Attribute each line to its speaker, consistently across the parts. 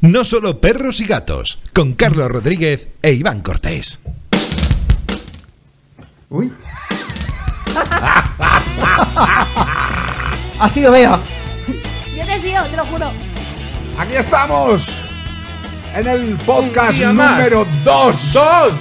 Speaker 1: No solo perros y gatos, con Carlos Rodríguez e Iván Cortés.
Speaker 2: Uy. ha sido Bea.
Speaker 3: Yo te sigo, te lo juro.
Speaker 4: Aquí estamos en el
Speaker 5: Un
Speaker 4: podcast
Speaker 5: día más.
Speaker 4: número 2.
Speaker 5: ¡Dos!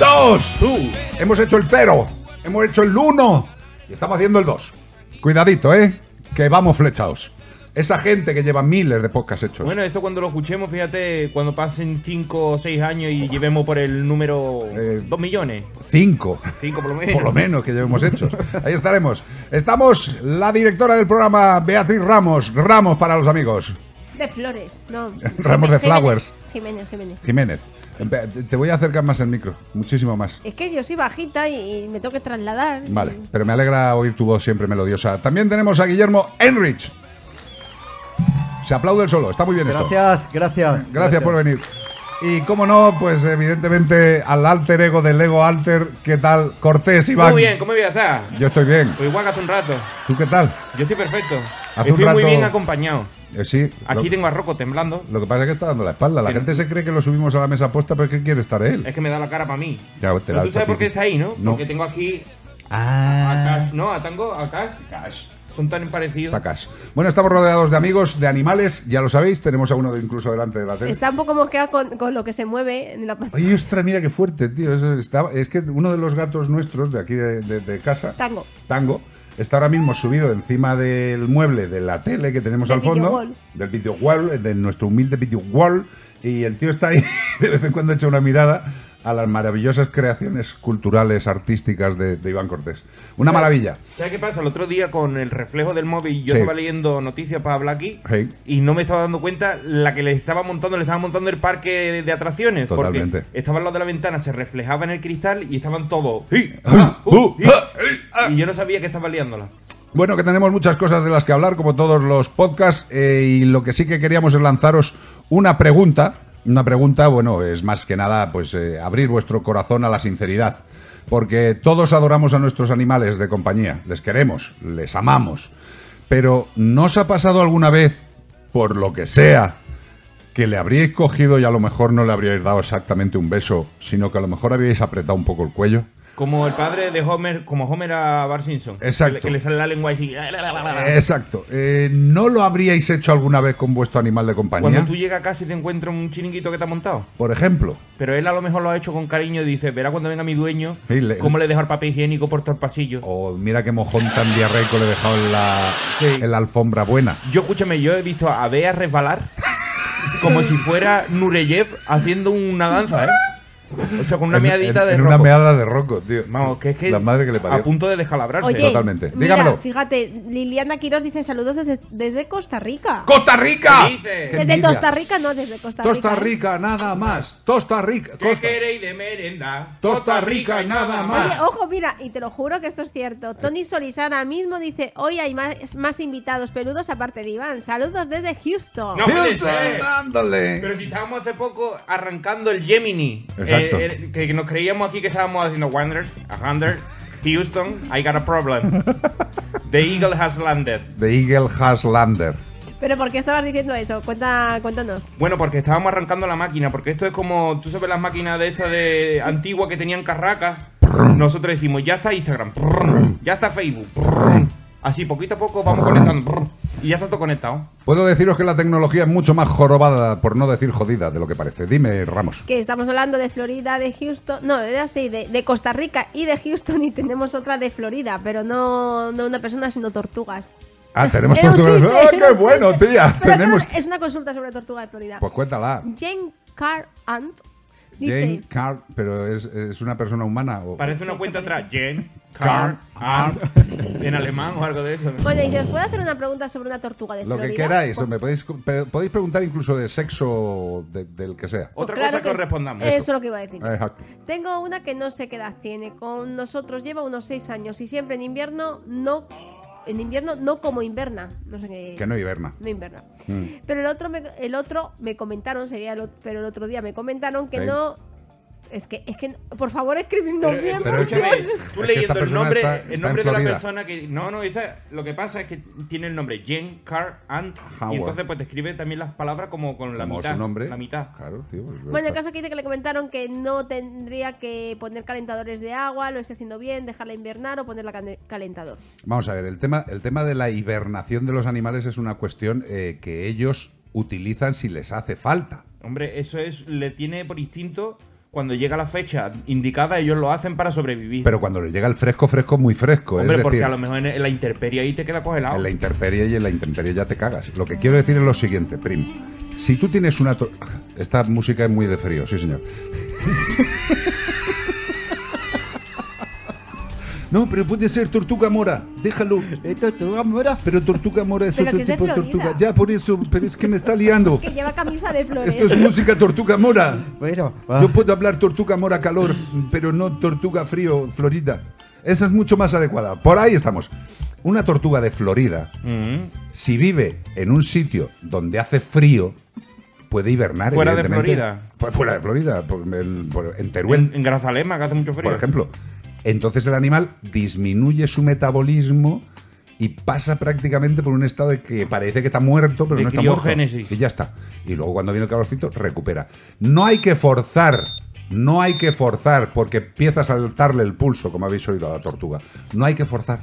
Speaker 4: 2.
Speaker 5: ¡Tú!
Speaker 4: Hemos hecho el 0, hemos hecho el 1 y estamos haciendo el 2. Cuidadito, ¿eh? Que vamos flechados. Esa gente que lleva miles de podcasts hechos.
Speaker 5: Bueno, eso cuando lo escuchemos, fíjate, cuando pasen 5 o 6 años y llevemos por el número
Speaker 4: Eh,
Speaker 5: 2 millones.
Speaker 4: Cinco.
Speaker 5: 5 por lo menos.
Speaker 4: Por lo menos que llevemos hechos. Ahí estaremos. Estamos la directora del programa, Beatriz Ramos. Ramos para los amigos.
Speaker 3: De flores, no.
Speaker 4: Ramos de
Speaker 3: Jiménez,
Speaker 4: flowers.
Speaker 3: Jiménez, Jiménez.
Speaker 4: Jiménez. empe- Te voy a acercar más el micro. Muchísimo más.
Speaker 3: Es que yo soy bajita y, y me tengo que trasladar.
Speaker 4: Vale, pero me alegra oír tu voz siempre melodiosa. También tenemos a Guillermo Enrich. Se aplaude el solo, está muy bien esto.
Speaker 2: Gracias, gracias.
Speaker 4: Gracias por venir. Y como no, pues evidentemente al alter ego del Lego Alter, ¿qué tal? Cortés, Iván.
Speaker 5: Muy bien, ¿cómo voy a estar?
Speaker 4: Yo estoy bien.
Speaker 5: Pues igual que hace un rato.
Speaker 4: ¿Tú qué tal?
Speaker 5: Yo estoy perfecto.
Speaker 4: un
Speaker 5: estoy muy
Speaker 4: rato-
Speaker 5: bien acompañado.
Speaker 4: Eh, sí.
Speaker 5: Aquí
Speaker 4: lo, Mm.
Speaker 5: tengo a Rocco temblando.
Speaker 4: lo que pasa es que está dando la espalda. La
Speaker 5: Pero-
Speaker 4: gente se cree que lo subimos a la mesa puesta, pero es que quiere estar él.
Speaker 5: Es que me da la cara para mí.
Speaker 4: Ya, te
Speaker 5: Pero
Speaker 4: la-
Speaker 5: tú sabes por qué está ahí, ¿no?
Speaker 4: No.
Speaker 5: Porque tengo aquí a
Speaker 2: Ah.
Speaker 5: Cash. No, a Tango, a Cash. Cash. Son tan parecidos.
Speaker 4: Tacas. Bueno, estamos rodeados de amigos, de animales, ya lo sabéis. Tenemos a uno de- incluso delante de la tele.
Speaker 3: Está un poco mosqueada con, con lo que se mueve en la pantalla.
Speaker 4: Ay, ostras, mira qué fuerte, tío. Eso está- es que uno de los gatos nuestros de aquí de, de- de casa,
Speaker 3: Tango.
Speaker 4: Tango, está ahora mismo subido encima del mueble de la tele que tenemos
Speaker 3: Del
Speaker 4: al fondo,
Speaker 3: videowall.
Speaker 4: del video wall, de nuestro humilde video wall, y el tío está ahí, de vez en cuando echa una mirada a las maravillosas creaciones culturales, artísticas de, de Iván Cortés. Una maravilla.
Speaker 5: ¿Sabes qué pasa? El otro día con el reflejo del móvil yo
Speaker 4: Sí.
Speaker 5: estaba leyendo noticias para hablar aquí
Speaker 4: Sí.
Speaker 5: y no me estaba dando cuenta la que le estaba montando, le estaba montando el parque de atracciones.
Speaker 4: Totalmente.
Speaker 5: Porque estaba al lado de la ventana, se reflejaba en el cristal y estaban todos. "Sí,
Speaker 4: Ah,
Speaker 5: ah,
Speaker 4: uh,
Speaker 5: uh, sí".
Speaker 4: ah, eh, ah.
Speaker 5: Y yo no sabía que estaba liándola.
Speaker 4: Bueno, que tenemos muchas cosas de las que hablar, como todos los podcasts, eh, y lo que sí que queríamos es lanzaros una pregunta. Una pregunta, bueno, es más que nada, pues eh, abrir vuestro corazón a la sinceridad. Porque todos adoramos a nuestros animales de compañía, les queremos, les amamos. Pero ¿no os ha pasado alguna vez, por lo que sea, que le habríais cogido y a lo mejor no le habríais dado exactamente un beso, sino que a lo mejor habíais apretado un poco el cuello?
Speaker 5: Como el padre de Homer, como Homer a Bar Simpson. que le-
Speaker 4: Exacto.
Speaker 5: Que le sale la lengua así. Ah.
Speaker 4: Exacto. Eh, ¿No lo habríais hecho alguna vez con vuestro animal de compañía?
Speaker 5: Cuando tú llegas a casa y te encuentras un chiringuito que te ha montado.
Speaker 4: Por ejemplo.
Speaker 5: Pero él a lo mejor lo ha hecho con cariño y dice, verá cuando venga mi dueño,
Speaker 4: Sí, le-
Speaker 5: cómo le dejo el papel higiénico por todo el pasillo.
Speaker 4: O mira qué mojón tan diarreico le he dejado en la,
Speaker 5: Sí.
Speaker 4: en la alfombra buena.
Speaker 5: Yo, escúchame, yo he visto a Bea resbalar como si fuera Nureyev haciendo una danza, ¿eh? O sea, con una
Speaker 4: En-
Speaker 5: meadita
Speaker 4: en-
Speaker 5: de
Speaker 4: en una
Speaker 5: roco.
Speaker 4: meada de roco, tío.
Speaker 5: Vamos, que es que,
Speaker 4: La madre que le parió.
Speaker 5: a punto de descalabrarse.
Speaker 3: Oye,
Speaker 4: totalmente.
Speaker 3: mira,
Speaker 4: Dígamelo.
Speaker 3: fíjate, Liliana Quirós dice saludos desde, desde Costa Rica.
Speaker 4: ¡Costa Rica!
Speaker 5: ¿Qué dices?
Speaker 4: ¡Qué
Speaker 3: desde
Speaker 4: envidia!
Speaker 3: Costa Rica, no, desde Costa Rica. ¿eh?
Speaker 4: Costa Rica, nada más. Costa Rica.
Speaker 5: ¿Qué
Speaker 4: Costa-
Speaker 5: queréis de merenda?
Speaker 4: Costa Rica y nada más.
Speaker 3: Oye, ojo, mira, y te lo juro que esto es cierto. Tony Solís ahora mismo dice, hoy hay más, más invitados peludos aparte de Iván. Saludos desde Houston.
Speaker 5: No. puede ser.
Speaker 4: ándale.
Speaker 5: Pero si estábamos hace poco arrancando el Gemini,
Speaker 4: Exacto.
Speaker 5: eh, eh, que nos creíamos aquí que estábamos haciendo Wander, a Hunter, Houston, I got a problem. The Eagle has landed.
Speaker 4: The Eagle Has Lander.
Speaker 3: Pero ¿por qué estabas diciendo eso? Cuenta, cuéntanos.
Speaker 5: Bueno, porque estábamos arrancando la máquina, porque esto es como, tú sabes las máquinas de estas de antigua que tenían carracas. Nosotros decimos, ya está Instagram, prrrm, ya está Facebook. prrrm. Así, poquito a poco vamos conectando. prrrm, Y ya está todo conectado.
Speaker 4: Puedo deciros que la tecnología es mucho más jorobada, por no decir jodida, de lo que parece. Dime, Ramos.
Speaker 3: Que estamos hablando de Florida, de Houston. No, era así, de, de Costa Rica y de Houston. Y tenemos otra de Florida, pero no, no una persona, sino tortugas.
Speaker 4: Ah, tenemos
Speaker 3: Era un
Speaker 4: tortugas.
Speaker 3: chiste,
Speaker 4: ¡Ah,
Speaker 3: era
Speaker 4: qué
Speaker 3: un
Speaker 4: bueno,
Speaker 3: chiste.
Speaker 4: tía!
Speaker 3: Pero
Speaker 4: Tenemos.
Speaker 3: claro, Es una consulta sobre tortuga de Florida.
Speaker 4: Pues cuéntala.
Speaker 3: Jane Carr Ant dice.
Speaker 4: Jane Carr, pero es, es una persona humana. O...
Speaker 5: Parece una cuenta atrás. Jen, Karl, Arndt, en alemán o algo de eso.
Speaker 3: Bueno, dice, ¿os puedo hacer una pregunta sobre una tortuga de
Speaker 4: Lo
Speaker 3: Florida?
Speaker 4: que queráis,
Speaker 3: Pues-
Speaker 4: hombre, podéis, pre- podéis preguntar incluso de sexo de- del que sea. Ah,
Speaker 3: pues
Speaker 5: Otra
Speaker 3: claro
Speaker 5: cosa que os
Speaker 3: es-
Speaker 5: respondamos.
Speaker 3: Eso es lo que iba a decir.
Speaker 4: Exacto.
Speaker 3: Tengo una que no sé qué edad tiene. Con nosotros lleva unos seis años y siempre en invierno no. En invierno no como inverna. No sé qué.
Speaker 4: Que no hiberna.
Speaker 3: No inverna.
Speaker 4: Mm.
Speaker 3: Pero el otro me, el otro me comentaron, sería el, ot- pero el otro día me comentaron que
Speaker 4: Sí.
Speaker 3: no Es que, es que, por favor, escribidnos
Speaker 5: Pero, eh,
Speaker 3: bien,
Speaker 4: pero
Speaker 3: por
Speaker 4: es que-
Speaker 5: escúchame,
Speaker 3: Dios.
Speaker 4: Es
Speaker 5: tú
Speaker 4: que
Speaker 5: leyendo
Speaker 4: esta
Speaker 5: el
Speaker 4: persona
Speaker 5: nombre,
Speaker 4: está-
Speaker 5: el
Speaker 4: está
Speaker 5: nombre
Speaker 4: en
Speaker 5: de la
Speaker 4: Florida.
Speaker 5: persona que. No, no, esta- lo que pasa es que tiene el nombre Jane Carr Ant.
Speaker 4: Howard.
Speaker 5: Y entonces pues te escribe también las palabras como con la
Speaker 4: Como
Speaker 5: mitad.
Speaker 4: su nombre.
Speaker 5: La mitad.
Speaker 4: Claro, tío. pues,
Speaker 3: Bueno, el
Speaker 4: está-
Speaker 3: caso que dice que le comentaron que no tendría que poner calentadores de agua, lo esté haciendo bien, dejarla invernar o ponerla cane- calentador.
Speaker 4: Vamos a ver, el tema, el tema de la hibernación de los animales es una cuestión eh, que ellos utilizan si les hace falta.
Speaker 5: Hombre, eso es. Le tiene por instinto. Cuando llega la fecha indicada, ellos lo hacen para sobrevivir.
Speaker 4: Pero cuando les llega el fresco, fresco, muy fresco.
Speaker 5: Hombre,
Speaker 4: es
Speaker 5: porque
Speaker 4: decir,
Speaker 5: a lo mejor en la intemperie ahí te queda congelado.
Speaker 4: En la intemperie y en la intemperie ya te cagas. Lo que quiero decir es lo siguiente, Prim. Si tú tienes una... to- Esta música es muy de frío, sí señor. No, pero puede ser tortuga mora. Déjalo. Pero tortuga mora es
Speaker 3: Eh, Pero
Speaker 4: otro
Speaker 3: que es de
Speaker 4: tipo de
Speaker 3: Florida.
Speaker 4: tortuga. Ya, por eso. Pero es que me está liando.
Speaker 3: Que lleva camisa de flores. Ah.
Speaker 4: Esto es música tortuga mora.
Speaker 2: Bueno,
Speaker 4: Yo puedo hablar tortuga mora calor, pero no tortuga frío Florida. Esa es mucho más adecuada. Por ahí estamos. Una tortuga de Florida,
Speaker 5: Mm.
Speaker 4: si vive en un sitio donde hace frío, puede hibernar.
Speaker 5: Fuera de
Speaker 4: evidentemente.
Speaker 5: Florida.
Speaker 4: Pues fuera de Florida, por el- por- en Teruel,
Speaker 5: En, en Grazalema, que hace mucho frío.
Speaker 4: por ejemplo. Entonces el animal disminuye su metabolismo y pasa prácticamente por un estado de que parece que está muerto, pero
Speaker 5: De
Speaker 4: no está muerto.
Speaker 5: criogénesis.
Speaker 4: Y ya está. Y luego cuando viene el calorcito, recupera. No hay que forzar. No hay que forzar porque empieza a saltarle el pulso, como habéis oído a la tortuga. No hay que forzar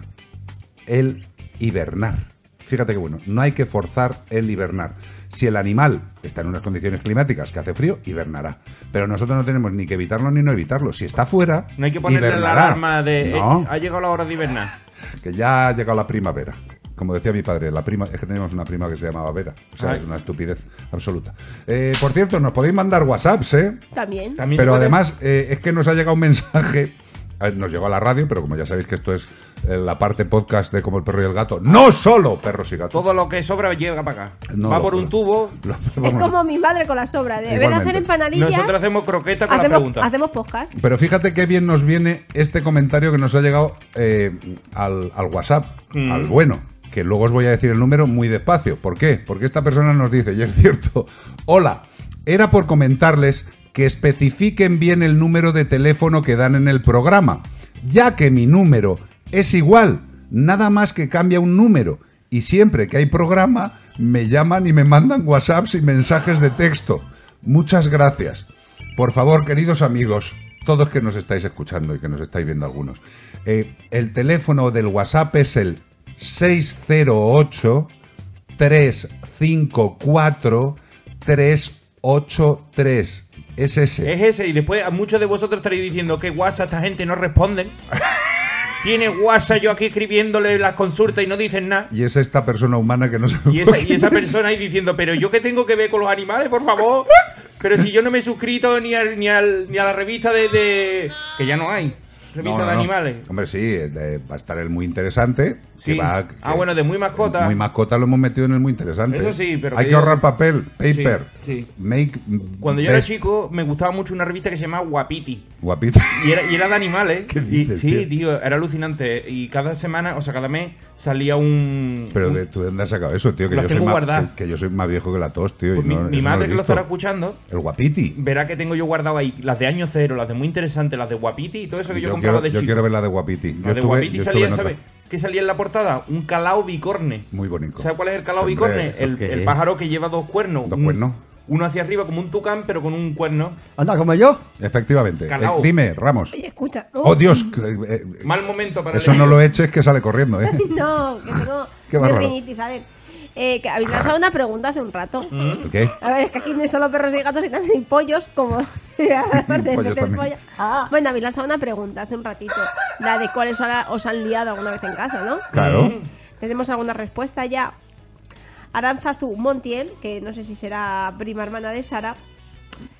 Speaker 4: el hibernar. Fíjate que bueno, no hay que forzar el hibernar. Si el animal está en unas condiciones climáticas que hace frío, hibernará. Pero nosotros no tenemos ni que evitarlo ni no evitarlo. Si está fuera,
Speaker 5: No hay que ponerle
Speaker 4: hibernará.
Speaker 5: la alarma de. eh,
Speaker 4: No,
Speaker 5: ha llegado la hora de hibernar.
Speaker 4: que ya ha llegado la primavera. Como decía mi padre, la prima, es que teníamos una prima que se llamaba Vera. O sea,
Speaker 5: Ay.
Speaker 4: es una estupidez absoluta. Eh, por cierto, nos podéis mandar WhatsApps, ¿eh?
Speaker 3: También.
Speaker 5: También se
Speaker 4: Pero
Speaker 5: puede-
Speaker 4: además eh, es que nos ha llegado un mensaje. A ver, Nos llegó a la radio, pero como ya sabéis que esto es eh, la parte podcast de Como el perro y el gato. No solo perros y gatos.
Speaker 5: Todo lo que sobra llega para acá.
Speaker 4: No,
Speaker 5: Va
Speaker 4: lo-
Speaker 5: por un tubo.
Speaker 4: Lo-
Speaker 3: Es
Speaker 4: vamos.
Speaker 3: como mi madre con la sobra. De vez de
Speaker 4: Igualmente.
Speaker 3: hacer empanadillas,
Speaker 5: Nosotros hacemos croqueta con la
Speaker 3: hacemos,
Speaker 5: pregunta.
Speaker 3: hacemos podcast.
Speaker 4: Pero fíjate qué bien nos viene este comentario que nos ha llegado eh, al, al WhatsApp, al bueno, que luego os voy a decir el número muy despacio. ¿Por qué? Porque esta persona nos dice, y es cierto, hola, era por comentarles que especifiquen bien el número de teléfono que dan en el programa, ya que mi número es igual, nada más que cambia un número, y siempre que hay programa me llaman y me mandan WhatsApps y mensajes de texto. Muchas gracias. Por favor, queridos amigos, todos que nos estáis escuchando y que nos estáis viendo algunos, eh, el teléfono del WhatsApp es el 608 354 383. Es ese.
Speaker 5: Es ese. Y después a muchos de vosotros estaréis diciendo que WhatsApp esta gente no responde. Tiene WhatsApp yo aquí escribiéndole las consultas y no dicen nada.
Speaker 4: Y es esta persona humana que no se
Speaker 5: Y esa, y esa persona ahí diciendo, pero yo qué tengo que ver con los animales, por favor. Pero si yo no me he suscrito ni, al- ni, al- ni a la revista de, de- Que ya no hay. Revista de animales.
Speaker 4: Hombre, sí, eh, va a estar el muy interesante. que
Speaker 5: Sí.
Speaker 4: va-
Speaker 5: Ah,
Speaker 4: que-
Speaker 5: bueno, de muy mascota.
Speaker 4: Muy mascota lo hemos metido en el muy interesante.
Speaker 5: Eso sí, pero
Speaker 4: Hay
Speaker 5: que
Speaker 4: que
Speaker 5: yo-
Speaker 4: ahorrar papel, paper.
Speaker 5: Sí, sí.
Speaker 4: Make
Speaker 5: Cuando yo era
Speaker 4: best-
Speaker 5: chico, me gustaba mucho una revista que se llamaba Guapiti.
Speaker 4: Guapito.
Speaker 5: Y era, y era de animales.
Speaker 4: ¿Qué
Speaker 5: Y-
Speaker 4: dices,
Speaker 5: sí,
Speaker 4: tío?
Speaker 5: tío, era alucinante. Y cada semana, o sea, cada mes salía un.
Speaker 4: Pero
Speaker 5: un-
Speaker 4: de, ¿tú de dónde has sacado eso, tío? Que,
Speaker 5: Los
Speaker 4: yo soy,
Speaker 5: tengo
Speaker 4: más,
Speaker 5: guardados.
Speaker 4: que, que yo soy más viejo que la tos, tío. y
Speaker 5: pues mi,
Speaker 4: no-
Speaker 5: mi
Speaker 4: eso no
Speaker 5: madre que lo
Speaker 4: visto.
Speaker 5: estará escuchando
Speaker 4: El guapiti.
Speaker 5: verá que tengo yo guardado ahí las de año cero, las de muy interesante, las de guapiti y todo eso que yo, compraba
Speaker 4: quiero,
Speaker 5: de
Speaker 4: yo
Speaker 5: chico.
Speaker 4: quiero ver la de guapiti.
Speaker 5: las de
Speaker 4: estuve-
Speaker 5: guapiti
Speaker 4: yo estuve
Speaker 5: salía,
Speaker 4: en otra.
Speaker 5: ¿sabes? ¿Qué salía en la portada? Un calao bicorne.
Speaker 4: Muy bonito.
Speaker 5: ¿Sabes cuál es el calao
Speaker 4: Hombre,
Speaker 5: bicorne?
Speaker 4: ¿eso
Speaker 5: El,
Speaker 2: qué
Speaker 5: el
Speaker 2: es?
Speaker 5: pájaro que lleva dos cuernos.
Speaker 4: Dos
Speaker 5: un-
Speaker 4: cuernos.
Speaker 5: Uno hacia arriba como un tucán, pero con un cuerno.
Speaker 2: Anda, como yo.
Speaker 4: Efectivamente.
Speaker 5: Calao.
Speaker 4: Eh, dime, Ramos.
Speaker 3: Oye, escucha.
Speaker 4: Oh,
Speaker 3: Uf,
Speaker 4: Dios. que- eh, eh,
Speaker 5: Mal momento para
Speaker 4: eso
Speaker 5: leer.
Speaker 4: no lo eches que sale corriendo, ¿eh?
Speaker 3: No, que tengo
Speaker 4: Qué
Speaker 3: de
Speaker 4: bárbaro.
Speaker 3: rinitis. A ver, eh, que habéis lanzado una pregunta hace un rato.
Speaker 5: Mm.
Speaker 4: ¿El qué?
Speaker 3: A ver, es que aquí no hay solo perros y gatos, y también hay pollos, como aparte de
Speaker 4: Pollos
Speaker 3: meter
Speaker 4: también.
Speaker 3: polla. Bueno, habéis lanzado una pregunta hace un ratito, la de cuáles os ha- os han liado alguna vez en casa, ¿no?
Speaker 5: Mm.
Speaker 4: Claro.
Speaker 3: Tenemos alguna respuesta ya. Aranzazu Montiel, que no sé si será prima hermana de Sara,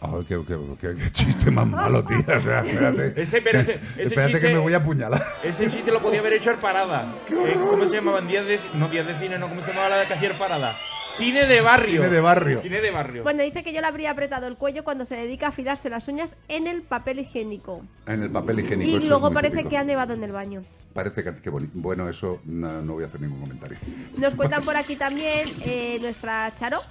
Speaker 4: Ay, qué, qué- qué- qué chiste más malo, tío. O sea, espérate.
Speaker 5: Ese- pero ese- ese
Speaker 4: espérate
Speaker 5: chiste-
Speaker 4: que me voy a apuñalar.
Speaker 5: Ese chiste lo podía haber hecho el Parada. Eh, ¿Cómo se llamaban? Días de... No, días de cine, no. ¿Cómo se llamaba la de que hacía el Parada? Cine de barrio.
Speaker 4: Cine de barrio.
Speaker 5: Cine de barrio.
Speaker 3: Bueno, dice que yo le habría apretado el cuello cuando se dedica a afilarse las uñas en el papel higiénico.
Speaker 4: En el papel higiénico.
Speaker 3: Y
Speaker 4: pues eso es
Speaker 3: luego
Speaker 4: muy
Speaker 3: parece
Speaker 4: típico.
Speaker 3: que ha nevado en el baño.
Speaker 4: Parece que, que boni- Bueno, eso no, no voy a hacer ningún comentario.
Speaker 3: Nos cuentan por aquí también eh, nuestra Charo,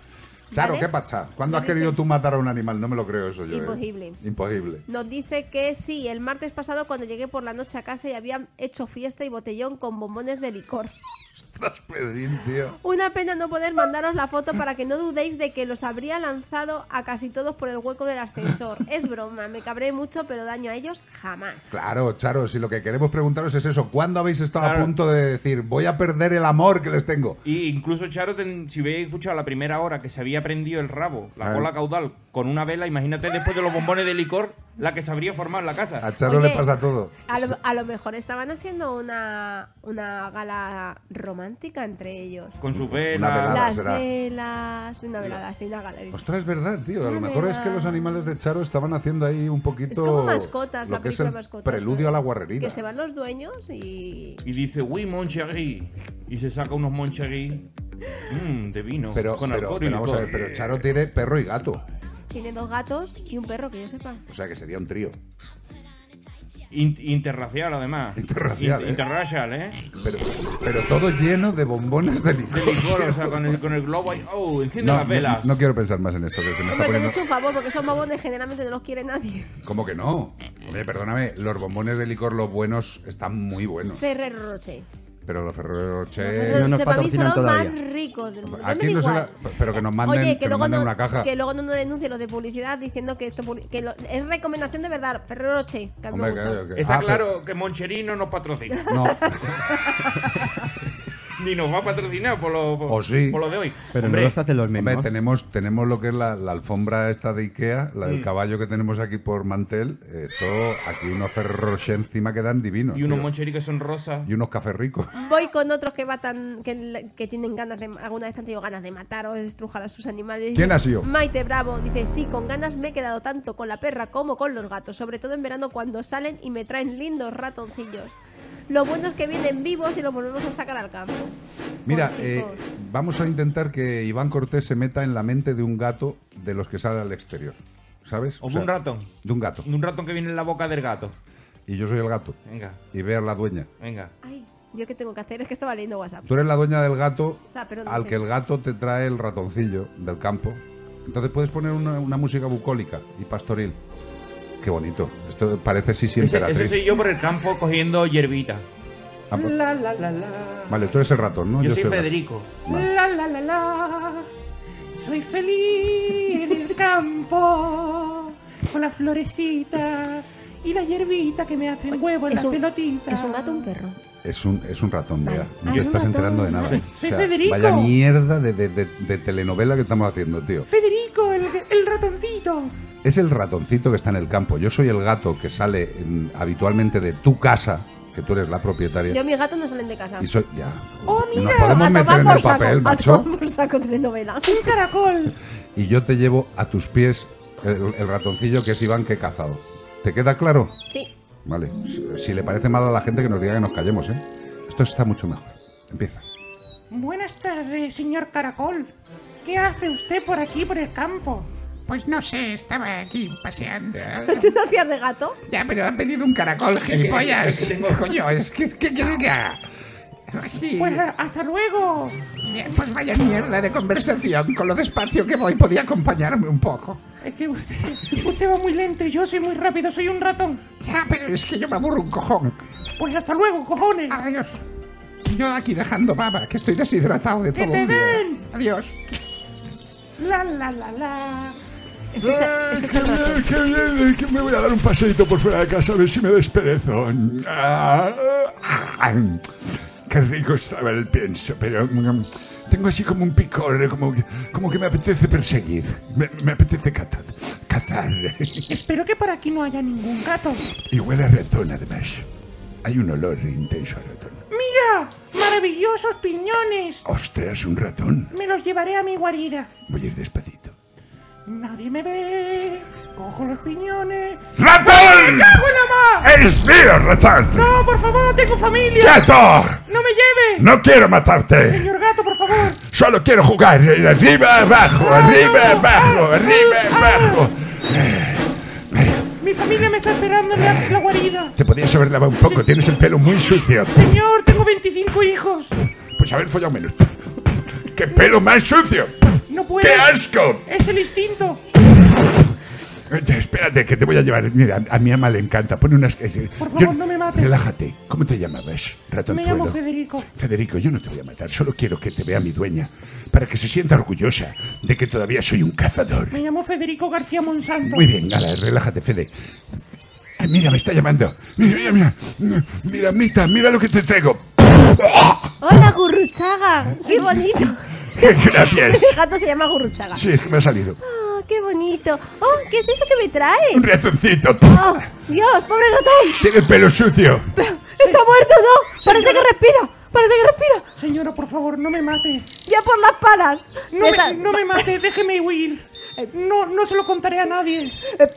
Speaker 4: Charo,
Speaker 3: ¿Vale?
Speaker 4: ¿qué pasa? ¿Cuándo
Speaker 3: Nos
Speaker 4: has querido
Speaker 3: dice-
Speaker 4: tú matar a un animal? No me lo creo eso yo. ¿eh?
Speaker 3: Imposible.
Speaker 4: Imposible.
Speaker 3: Nos dice que sí, el martes pasado cuando llegué por la noche a casa y habían hecho fiesta y botellón con bombones de licor.
Speaker 4: Ostras, Pedrín, tío.
Speaker 3: Una pena no poder mandaros la foto para que no dudéis de que los habría lanzado a casi todos por el hueco del ascensor. Es broma, me cabré mucho, pero daño a ellos jamás.
Speaker 4: Claro, Charo, si lo que queremos preguntaros es eso, ¿cuándo habéis estado a
Speaker 5: Claro.
Speaker 4: punto de decir voy a perder el amor que les tengo?
Speaker 5: Y incluso Charo, ten- si hubiera escuchado la primera hora que se había prendido el rabo, la
Speaker 4: Ah.
Speaker 5: cola caudal, con una vela, imagínate después de los bombones de licor, la que se habría formado en la casa.
Speaker 4: A Charo
Speaker 3: Oye,
Speaker 4: le pasa todo.
Speaker 3: A lo, a lo mejor estaban haciendo una, una gala romántica entre ellos.
Speaker 5: Con su
Speaker 4: Una velada.
Speaker 5: vela.
Speaker 3: Las
Speaker 4: será.
Speaker 3: velas, una velada, sí, una galería.
Speaker 4: Ostras, es verdad, tío. A lo
Speaker 3: Una
Speaker 4: mejor es que
Speaker 3: vela.
Speaker 4: los animales de Charo estaban haciendo ahí un poquito.
Speaker 3: Es como mascotas,
Speaker 4: lo
Speaker 3: la
Speaker 4: que es
Speaker 3: película
Speaker 4: el
Speaker 3: mascotas.
Speaker 4: Preludio
Speaker 3: ¿no?
Speaker 4: a la guarrería.
Speaker 3: Que se van los dueños y.
Speaker 5: Y dice, uy, Monchagui. Y se saca unos Monchagui mm, de vino.
Speaker 4: Pero,
Speaker 5: con
Speaker 4: pero,
Speaker 5: alcohol y
Speaker 4: pero vamos a
Speaker 5: licor.
Speaker 4: ver, pero Charo tiene perro y gato.
Speaker 3: Tiene dos gatos y un perro, que yo sepa.
Speaker 4: O sea que sería un trío.
Speaker 5: In- interracial, además.
Speaker 4: Interracial,
Speaker 5: In-
Speaker 4: ¿eh?
Speaker 5: interracial, ¿eh?
Speaker 4: Pero, pero todo lleno de bombones de
Speaker 5: De
Speaker 4: licor.
Speaker 5: licor, o sea, con el, con el globo ahí. ¡Oh! Enciende
Speaker 4: No,
Speaker 5: las
Speaker 4: no-
Speaker 5: velas.
Speaker 4: no quiero pensar más en esto que se me está
Speaker 3: Hombre, te han
Speaker 4: poniendo.
Speaker 3: hecho un favor, porque esos babones generalmente no los quiere nadie.
Speaker 4: ¿Cómo que no? Hombre, perdóname, los bombones de licor, los buenos, están muy buenos.
Speaker 3: Ferrero Rocher.
Speaker 4: Pero los Ferrero Rocher.
Speaker 3: Ferrero
Speaker 2: no nos
Speaker 3: Rocher para mí son
Speaker 2: patrocinan
Speaker 3: los
Speaker 2: todavía.
Speaker 3: más ricos del mundo.
Speaker 4: Aquí
Speaker 3: Dame
Speaker 4: no se
Speaker 3: igual.
Speaker 4: la- pero que nos manden-
Speaker 3: Oye,
Speaker 4: que
Speaker 3: que,
Speaker 4: nos
Speaker 3: luego
Speaker 4: manden
Speaker 3: no,
Speaker 4: una caja.
Speaker 3: Que luego no nos denuncien los de publicidad diciendo que esto publi- que lo- es recomendación de verdad. Ferrero Rocher. Que a mí me
Speaker 4: Hombre,
Speaker 3: gusta.
Speaker 4: que- que-
Speaker 5: Está
Speaker 4: ah,
Speaker 5: claro que Moncherino nos patrocina.
Speaker 4: pero- No,
Speaker 5: Ni nos va a patrocinar por lo, por,
Speaker 4: O Oh, sí.
Speaker 5: por lo de hoy.
Speaker 2: Pero
Speaker 5: Hombre,
Speaker 2: no los hacen los
Speaker 4: Hombre,
Speaker 2: mismos.
Speaker 4: tenemos, tenemos lo que es la, la alfombra esta de Ikea, la
Speaker 5: Mm.
Speaker 4: del caballo que tenemos aquí por mantel. Esto, aquí unos ferroche encima quedan divinos.
Speaker 5: y unos
Speaker 4: tío.
Speaker 5: Moncherí que son rosas.
Speaker 4: y unos cafés ricos.
Speaker 3: Voy con otros que matan, que, que tienen ganas de, alguna vez han tenido ganas de matar o de estrujar a sus animales.
Speaker 4: ¿Quién ha sido?
Speaker 3: Maite Bravo dice, sí, con ganas me he quedado tanto con la perra como con los gatos, sobre todo en verano cuando salen y me traen lindos ratoncillos. Lo bueno es que vienen vivos y los volvemos a sacar al campo.
Speaker 4: Mira, eh,
Speaker 3: Pobrecitos.
Speaker 4: vamos a intentar que Iván Cortés se meta en la mente de un gato de los que sale al exterior. ¿Sabes?
Speaker 5: O de un ratón.
Speaker 4: De un gato.
Speaker 5: De un ratón que viene en la boca del gato.
Speaker 4: Y yo soy el gato.
Speaker 5: Venga,
Speaker 4: Y veo a la dueña.
Speaker 5: venga.
Speaker 3: Ay, yo qué tengo que hacer, es que estaba leyendo WhatsApp.
Speaker 4: Tú eres la dueña del gato
Speaker 3: O sea, perdón,
Speaker 4: al
Speaker 3: dice-
Speaker 4: que el gato te trae el ratoncillo del campo. Entonces puedes poner una, una música bucólica y pastoril. Qué bonito. Esto parece sí
Speaker 5: Ese,
Speaker 4: siempre
Speaker 5: ese soy yo por el campo cogiendo hierbita. La, la, la, la.
Speaker 4: Ah, pues, Vale, tú eres el ratón, ¿no?
Speaker 5: yo, soy
Speaker 4: el gato.
Speaker 5: Federico.
Speaker 4: Vale.
Speaker 5: La, la, la, la. Soy feliz en el campo. Con las florecitas y la hierbita que me hacen huevo en
Speaker 3: es
Speaker 5: las
Speaker 3: un-
Speaker 5: pelotitas.
Speaker 3: Es un gato o un perro.
Speaker 4: Es un, es un ratón,
Speaker 3: Vale.
Speaker 4: mira.
Speaker 3: Ah,
Speaker 4: No
Speaker 3: es
Speaker 4: te
Speaker 3: un
Speaker 4: estás
Speaker 3: ratón.
Speaker 4: enterando de nada.
Speaker 5: Soy- soy Federico.
Speaker 4: Vaya mierda de, de- de- de telenovela que estamos haciendo, tío.
Speaker 5: Federico, el, el ratoncito.
Speaker 4: Es el ratoncito que está en el campo. Yo soy el gato que sale en- habitualmente de tu casa, que tú eres la propietaria.
Speaker 3: Yo mis gatos no salen de casa.
Speaker 4: Y soy. Ya.
Speaker 5: Oh, mira.
Speaker 4: Nos podemos
Speaker 3: A
Speaker 4: meter
Speaker 3: tomar
Speaker 4: en
Speaker 3: por
Speaker 4: el
Speaker 3: saco,
Speaker 4: papel,
Speaker 3: a
Speaker 4: macho.
Speaker 3: tomar por saco telenovela.
Speaker 5: Un caracol.
Speaker 4: y yo te llevo a tus pies el, el ratoncillo que es Iván que he cazado. ¿Te queda claro?
Speaker 3: Sí.
Speaker 4: Vale. Si, si le parece mal a la gente que nos diga que nos callemos, ¿eh? Esto está mucho mejor. Empieza.
Speaker 6: Buenas tardes, señor Caracol. ¿Qué hace usted por aquí, por el campo?
Speaker 7: Pues no sé, estaba aquí paseando.
Speaker 3: ¿Tú te hacías de gato?
Speaker 7: Ya, pero han pedido un caracol, gilipollas. Coño, es que, es que quieres que haga? Algo así.
Speaker 6: Pues a- hasta luego.
Speaker 7: Ya, pues vaya mierda de conversación. Con lo despacio que voy, podía acompañarme un poco.
Speaker 6: Es que usted, usted va muy lento y yo soy muy rápido, soy un ratón.
Speaker 7: Ya, pero es que yo me aburro un cojón.
Speaker 6: Pues hasta luego, cojones.
Speaker 7: Adiós. Yo aquí dejando baba, que estoy deshidratado de
Speaker 6: ¡Que
Speaker 7: todo
Speaker 6: te
Speaker 7: un día.
Speaker 6: den!
Speaker 7: Adiós.
Speaker 6: La la la la.
Speaker 3: Ese es el- ese es el gato.
Speaker 8: Qué bien, eh, que me voy a dar un paseíto por fuera de casa a ver si me desperezo. Ah, ah, Qué rico estaba el pienso, pero mm, tengo así como un picor, como que, como que me apetece perseguir, me, me apetece cazar, cazar.
Speaker 6: Espero que por aquí no haya ningún gato.
Speaker 8: Y huele a ratón además. Hay un olor intenso a ratón.
Speaker 6: ¡Mira! ¡Maravillosos piñones!
Speaker 8: Ostras, un ratón.
Speaker 6: Me los llevaré a mi guarida.
Speaker 8: Voy a ir despacito.
Speaker 6: Nadie me ve. Cojo los piñones.
Speaker 8: ¡Ratón!
Speaker 6: ¡Cago en la mar!
Speaker 8: ¡Es mío, ratón!
Speaker 6: ¡No, por favor, tengo familia!
Speaker 8: ¡Quieto!
Speaker 6: ¡No me lleve!
Speaker 8: ¡No quiero matarte!
Speaker 6: Señor gato, por favor.
Speaker 8: Solo quiero jugar eh, arriba, abajo, arriba, abajo, arriba, abajo.
Speaker 6: Mi familia me está esperando en la, la guarida.
Speaker 8: Te podías haber lavado un poco, tienes el pelo muy sucio.
Speaker 6: Señor, tengo 25 hijos.
Speaker 8: Pues haber follado menos. ¡Qué pelo más sucio!
Speaker 6: No puede.
Speaker 8: ¡Qué asco!
Speaker 6: Es el instinto.
Speaker 8: Oye, espérate, que te voy a llevar. Mira, a mi ama le encanta. Pone unas. Por
Speaker 6: favor, no me mates.
Speaker 8: Relájate. ¿Cómo te llamabas,
Speaker 6: Me
Speaker 8: ratonzuelo?
Speaker 6: llamo Federico.
Speaker 8: Federico, yo no te voy a matar. Solo quiero que te vea mi dueña. Para que se sienta orgullosa de que todavía soy un cazador.
Speaker 6: Me llamo Federico García Monsanto.
Speaker 8: Muy bien, Gala, relájate, Fede. Ay, mira, me está llamando. Mira, mira, mira. Mira, Mita, mira lo que te traigo.
Speaker 3: ¡Hola, Gurruchaga! ¡Qué bonito!
Speaker 8: Gracias.
Speaker 3: El gato se llama Gurruchaga.
Speaker 8: Sí, es que me ha salido.
Speaker 3: Ah, ¡Qué bonito! ¡Oh, qué es eso que me traes!
Speaker 8: Un ratoncito.
Speaker 3: ¡Oh, Dios, pobre ratón!
Speaker 8: Tiene el pelo sucio.
Speaker 3: ¡Está muerto, no! ¡Parece que respira! ¡Parece que respira!
Speaker 6: Señora, por favor, no me mate.
Speaker 3: ¡Ya por las palas!
Speaker 6: No,
Speaker 3: Está-
Speaker 6: me, no me mate, déjeme huir. Eh, No, no se lo contaré a nadie.
Speaker 8: Eh,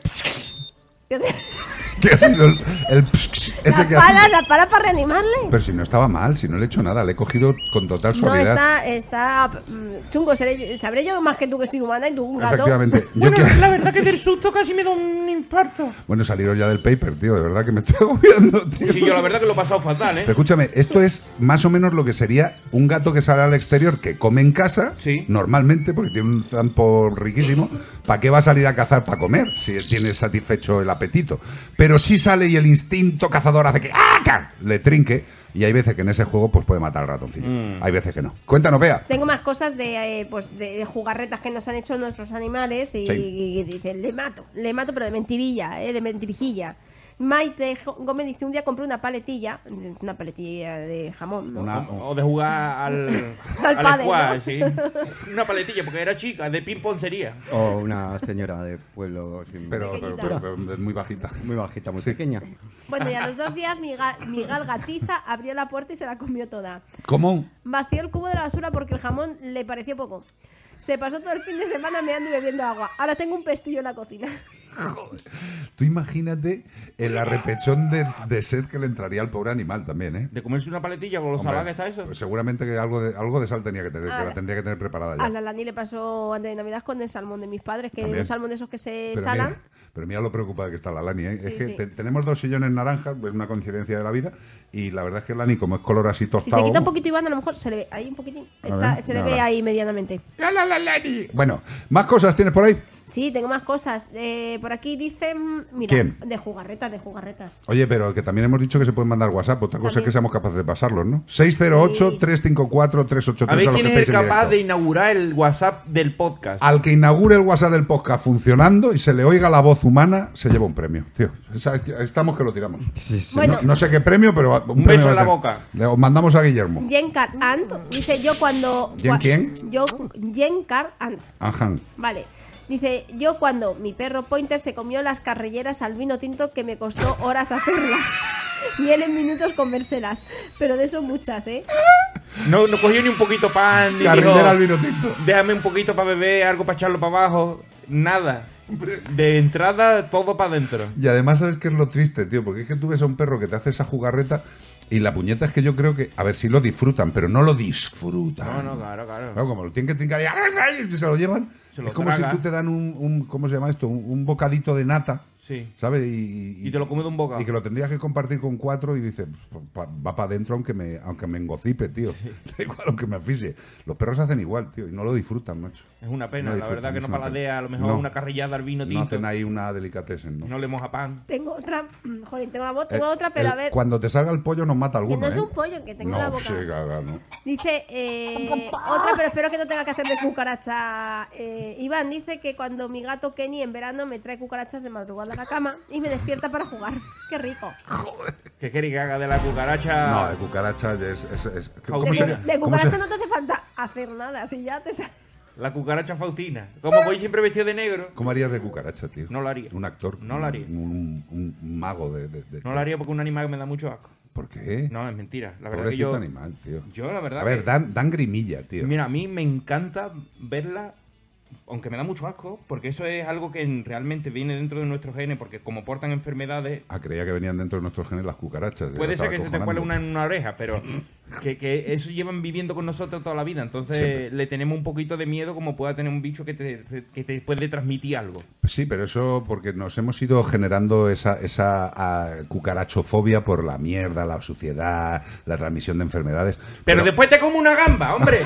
Speaker 8: ¿Qué ha sido el, el pss, pss, ese
Speaker 3: La
Speaker 8: que ha sido?
Speaker 3: pala, la pala para reanimarle.
Speaker 4: Pero si no estaba mal, si no le he hecho nada, le he cogido con total
Speaker 3: No,
Speaker 4: suavidad.
Speaker 3: está, está mm, chungo. seré- sabré yo más que tú que soy humana y tú un gato.
Speaker 4: Efectivamente. Yo
Speaker 6: Bueno,
Speaker 4: quiero-
Speaker 6: la verdad que del susto casi me da un infarto.
Speaker 4: Bueno, salieron ya del paper, tío, de verdad que me estoy agobiando, tío.
Speaker 5: Sí, yo la verdad que lo he pasado fatal, ¿eh?
Speaker 4: Pero escúchame, esto es más o menos lo que sería un gato que sale al exterior, que come en casa,
Speaker 5: Sí.
Speaker 4: normalmente, porque tiene un zampo riquísimo. ¿Para qué va a salir a cazar para comer si tiene satisfecho el apetito? Pero sí sale y el instinto cazador hace que ¡ah, ca! le trinque. Y hay veces que en ese juego pues puede matar al ratoncillo.
Speaker 6: Mm.
Speaker 4: Hay veces que no. Cuéntanos, vea.
Speaker 3: Tengo más cosas de, eh, pues, de jugarretas que nos han hecho nuestros animales y,
Speaker 4: Sí.
Speaker 3: y dicen, le mato, le mato, pero de mentirilla, eh, de mentirijilla. Maite Jo- Gómez dice, un día compré una paletilla, una paletilla de jamón, ¿no?
Speaker 4: Una-
Speaker 5: O de jugar al.
Speaker 3: Al pádel,
Speaker 5: squash,
Speaker 3: ¿no?
Speaker 5: sí. Una paletilla, porque era chica, de ping-pong sería.
Speaker 2: O una señora de pueblo sin-
Speaker 4: pero, pero- pero- pero es muy bajita.
Speaker 2: muy bajita, muy pequeña.
Speaker 3: Bueno, y a los dos días mi, ga- mi gatiza abrió la puerta y se la comió toda.
Speaker 4: ¿Cómo?
Speaker 3: Vació el cubo de la basura porque el jamón le pareció poco. Se pasó todo el fin de semana meando y bebiendo agua. Ahora tengo un pestillo en la cocina.
Speaker 4: Tú imagínate el arrepechón de, de sed que le entraría al pobre animal también, ¿eh?
Speaker 5: De comerse una paletilla con lo
Speaker 4: Hombre,
Speaker 5: salada que está eso.
Speaker 4: pues seguramente que algo de, algo de sal tenía que tener, que
Speaker 3: Ah,
Speaker 4: la tendría que tener preparada ya.
Speaker 3: A la Lani le pasó antes de Navidad con el salmón de mis padres, que
Speaker 4: También.
Speaker 3: era un salmón de esos que se
Speaker 4: Pero
Speaker 3: salan.
Speaker 4: mira, pero mira lo preocupada que está la Lani, ¿eh? es
Speaker 3: Sí,
Speaker 4: que
Speaker 3: sí.
Speaker 4: te- tenemos dos sillones naranjas, es una coincidencia de la vida, y la verdad es que Lani, como es color así
Speaker 3: Si
Speaker 4: tostado...
Speaker 3: se quita un poquito Iván, a lo mejor se le ve ahí un poquitín.
Speaker 4: A
Speaker 3: Está-
Speaker 4: ver,
Speaker 3: se le
Speaker 4: ya
Speaker 3: ve
Speaker 4: va.
Speaker 3: ahí medianamente.
Speaker 7: La la la Lani.
Speaker 4: Bueno, ¿más cosas tienes por ahí?
Speaker 3: Sí, tengo más cosas. Eh, por aquí dicen. Mira,
Speaker 4: ¿Quién?
Speaker 3: de jugarretas, de jugarretas.
Speaker 4: Oye, pero que también hemos dicho que se pueden mandar WhatsApp, otra cosa es
Speaker 3: También.
Speaker 4: que seamos capaces de pasarlos, ¿no? 608-354-383
Speaker 5: A ver
Speaker 4: los
Speaker 5: quién
Speaker 4: que
Speaker 5: es
Speaker 4: estáis
Speaker 5: el
Speaker 4: en
Speaker 5: capaz de
Speaker 4: directo.
Speaker 5: inaugurar el WhatsApp del podcast.
Speaker 4: Al que inaugure el WhatsApp del podcast funcionando y se le oiga la voz humana, se lleva un premio, tío. Esa- Estamos que lo tiramos.
Speaker 3: bueno,
Speaker 4: No, no sé qué premio, pero un, premio
Speaker 5: beso
Speaker 4: va a
Speaker 5: en la
Speaker 4: tener.
Speaker 5: boca.
Speaker 4: Le- Os mandamos a Guillermo.
Speaker 3: Jen Car Ant dice: Yo cuando.
Speaker 4: ¿Jen
Speaker 3: cua-
Speaker 4: quién?
Speaker 3: Yo, Jen Car Ant.
Speaker 4: Anjan.
Speaker 3: Vale. Dice: Yo cuando mi perro Pointer se comió las carrilleras al vino tinto que me costó horas hacerlas. Y él en minutos comérselas. Pero de eso muchas, ¿eh?
Speaker 5: No, no cogió ni un poquito pan, ni
Speaker 4: Carrillera al
Speaker 5: dijo,
Speaker 4: vino tinto.
Speaker 5: déjame un poquito para beber, algo para echarlo para abajo. Nada. De entrada, todo para adentro.
Speaker 4: Y además, ¿sabes qué es lo triste, tío? Porque es que tú ves a un perro que te hace esa jugarreta y la puñeta es que yo creo que, a ver si lo disfrutan, pero no lo disfrutan.
Speaker 5: No, no, claro,
Speaker 4: Claro,
Speaker 5: claro.
Speaker 4: como lo tienen que trincar y ¡ay! se lo llevan.
Speaker 5: Se lo
Speaker 4: es como
Speaker 5: traga.
Speaker 4: si tú te dan un, un- ¿cómo se llama esto? Un, un bocadito de nata,
Speaker 5: Sí.
Speaker 4: ¿sabes? Y,
Speaker 5: Y te lo comes de un bocado.
Speaker 4: Y que lo tendrías que compartir con cuatro y dices, pues, pa- va para adentro aunque me, aunque me engocipe, tío. Da igual aunque me asfixie. Los perros hacen igual, tío, y no lo disfrutan, macho.
Speaker 5: Es una pena,
Speaker 4: No
Speaker 5: la verdad
Speaker 4: disfrutan,
Speaker 5: que
Speaker 4: es
Speaker 5: no
Speaker 4: una pena.
Speaker 5: paladea, a lo mejor
Speaker 4: No.
Speaker 5: una carrillada al vino
Speaker 4: No
Speaker 5: tinto.
Speaker 4: hacen
Speaker 5: No,
Speaker 4: ahí una delicatessen, ¿no?
Speaker 5: le moja pan.
Speaker 3: Tengo otra. Joder, tengo, la voz-
Speaker 4: El-
Speaker 3: tengo otra, pero
Speaker 4: el-
Speaker 3: a ver.
Speaker 4: Cuando te salga el pollo nos mata alguno.
Speaker 3: Que no es
Speaker 4: ¿eh?
Speaker 3: un pollo, que tengo
Speaker 4: no,
Speaker 3: la boca.
Speaker 4: sí, caga, no.
Speaker 3: Dice eh, otra, pero espero que no tenga que hacerme cucaracha. Eh, Iván dice que cuando mi gato Kenny en verano me trae cucarachas de madrugada a la cama y me despierta para jugar. Qué rico.
Speaker 5: ¿Qué quiere que haga de la cucaracha?
Speaker 4: No, de cucaracha es. es, es- ¿cómo
Speaker 3: De,
Speaker 5: Hombre,
Speaker 4: se-
Speaker 3: cu- de
Speaker 4: cómo
Speaker 3: cucaracha
Speaker 4: se-
Speaker 3: no te hace falta hacer nada, si ya te sabes.
Speaker 5: La cucaracha fautina. Como voy siempre vestido de negro.
Speaker 4: ¿Cómo harías de cucaracha, tío?
Speaker 5: No lo haría.
Speaker 4: Un actor.
Speaker 5: No lo haría.
Speaker 4: Un, un- un mago de. de- de-
Speaker 5: No lo haría porque un animal me da mucho asco.
Speaker 4: ¿Por qué?
Speaker 5: No, es mentira. La verdad que
Speaker 4: Pobrecito
Speaker 5: yo.
Speaker 4: animal, tío.
Speaker 5: Yo, la verdad.
Speaker 4: A ver,
Speaker 5: que-
Speaker 4: dan, dan grimilla, tío.
Speaker 5: Mira, a mí me encanta verla aunque me da mucho asco, porque eso es algo que en- realmente viene dentro de nuestros genes, porque como portan enfermedades,
Speaker 4: Ah, creía que venían dentro de nuestros genes las cucarachas. ya
Speaker 5: puede ser
Speaker 4: estaba
Speaker 5: que se te
Speaker 4: acojonando.
Speaker 5: cuele una en una oreja, pero que, que eso llevan viviendo con nosotros toda la vida, entonces
Speaker 4: Siempre.
Speaker 5: le tenemos un poquito de miedo como pueda tener un bicho que te, que te puede transmitir algo.
Speaker 4: Sí, pero eso porque nos hemos ido generando esa, esa ah, cucarachofobia por la mierda, la suciedad, la transmisión de enfermedades.
Speaker 5: Pero, después te como una gamba, hombre.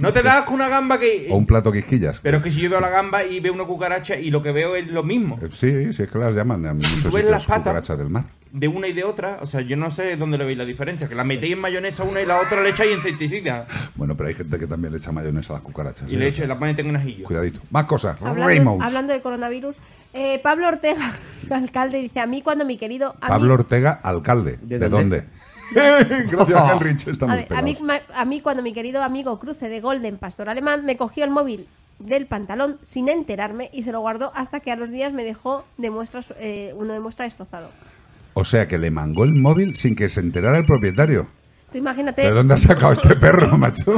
Speaker 5: no te das con una gamba que...
Speaker 4: O un plato quisquillas.
Speaker 5: Pero es que si yo veo la gamba y veo una cucaracha y lo que veo es lo mismo.
Speaker 4: Eh, Sí, sí, es que las llaman en muchos
Speaker 5: tú ves
Speaker 4: sitios
Speaker 5: las patas-
Speaker 4: cucarachas del mar.
Speaker 5: de una y de otra, o sea, yo no sé dónde le veis la diferencia, que la metéis en mayonesa una y la otra le echáis insecticida
Speaker 4: Bueno, pero hay gente que también le echa mayonesa a las cucarachas.
Speaker 5: y
Speaker 4: ¿eh?
Speaker 5: le echáis la ponéis en un ajillo.
Speaker 4: Cuidadito. Más cosas.
Speaker 3: Hablando,
Speaker 4: Rainbows.
Speaker 3: hablando de coronavirus, eh, Pablo Ortega, alcalde, dice: A mí, cuando mi querido. A
Speaker 4: Pablo
Speaker 3: mí,
Speaker 4: Ortega, alcalde. ¿De,
Speaker 2: ¿De
Speaker 4: dónde?
Speaker 2: dónde?
Speaker 4: Gracias, Henrich.
Speaker 3: a,
Speaker 4: Estamos
Speaker 3: ver, a mí,
Speaker 4: pegados.
Speaker 3: ma- a mí, cuando mi querido amigo Cruce de Golden Pastor Alemán me cogió el móvil del pantalón sin enterarme y se lo guardó hasta que a los días me dejó de muestras, eh, uno de muestra destrozado.
Speaker 4: O sea que le mangó el móvil sin que se enterara el propietario.
Speaker 3: Tú imagínate.
Speaker 4: ¿De dónde has sacado este perro, macho?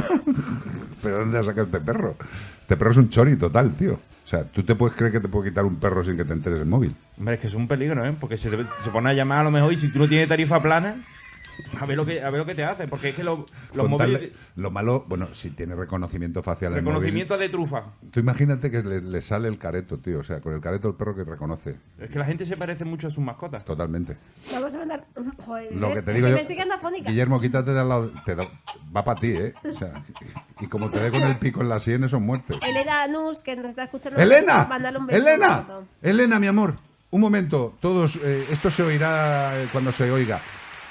Speaker 4: ¿Pero dónde has sacado este perro? Este perro es un chori total, tío. O sea, tú te puedes creer que te puede quitar un perro sin que te enteres el móvil.
Speaker 5: Hombre, es que es un peligro, ¿eh? Porque se, te- se pone a llamar a lo mejor y si tú no tienes tarifa plana, a ver lo que, a ver lo que te hace, porque es que lo- los
Speaker 4: Con
Speaker 5: móviles...
Speaker 4: tal de- Lo malo, bueno, si tiene reconocimiento facial el móvil-
Speaker 5: reconocimiento de trufa.
Speaker 4: Tú imagínate que le, le sale el careto, tío. O sea, con el careto el perro que reconoce.
Speaker 5: Es que la gente se parece mucho a sus mascotas.
Speaker 4: Totalmente.
Speaker 3: Vamos a mandar. Joder,
Speaker 4: Lo que te
Speaker 3: es
Speaker 4: digo yo.
Speaker 3: me estoy quedando afónica.
Speaker 4: Guillermo, quítate de al lado. te da- va para ti, ¿eh? O sea, y como te dé con el pico en la sien, eso es muerte.
Speaker 3: Elena Nus, que nos está escuchando.
Speaker 4: ¡Elena!
Speaker 3: Mándale un beso.
Speaker 4: ¡Elena! ¡Elena, mi amor! Un momento, todos. eh, esto se oirá eh, cuando se oiga.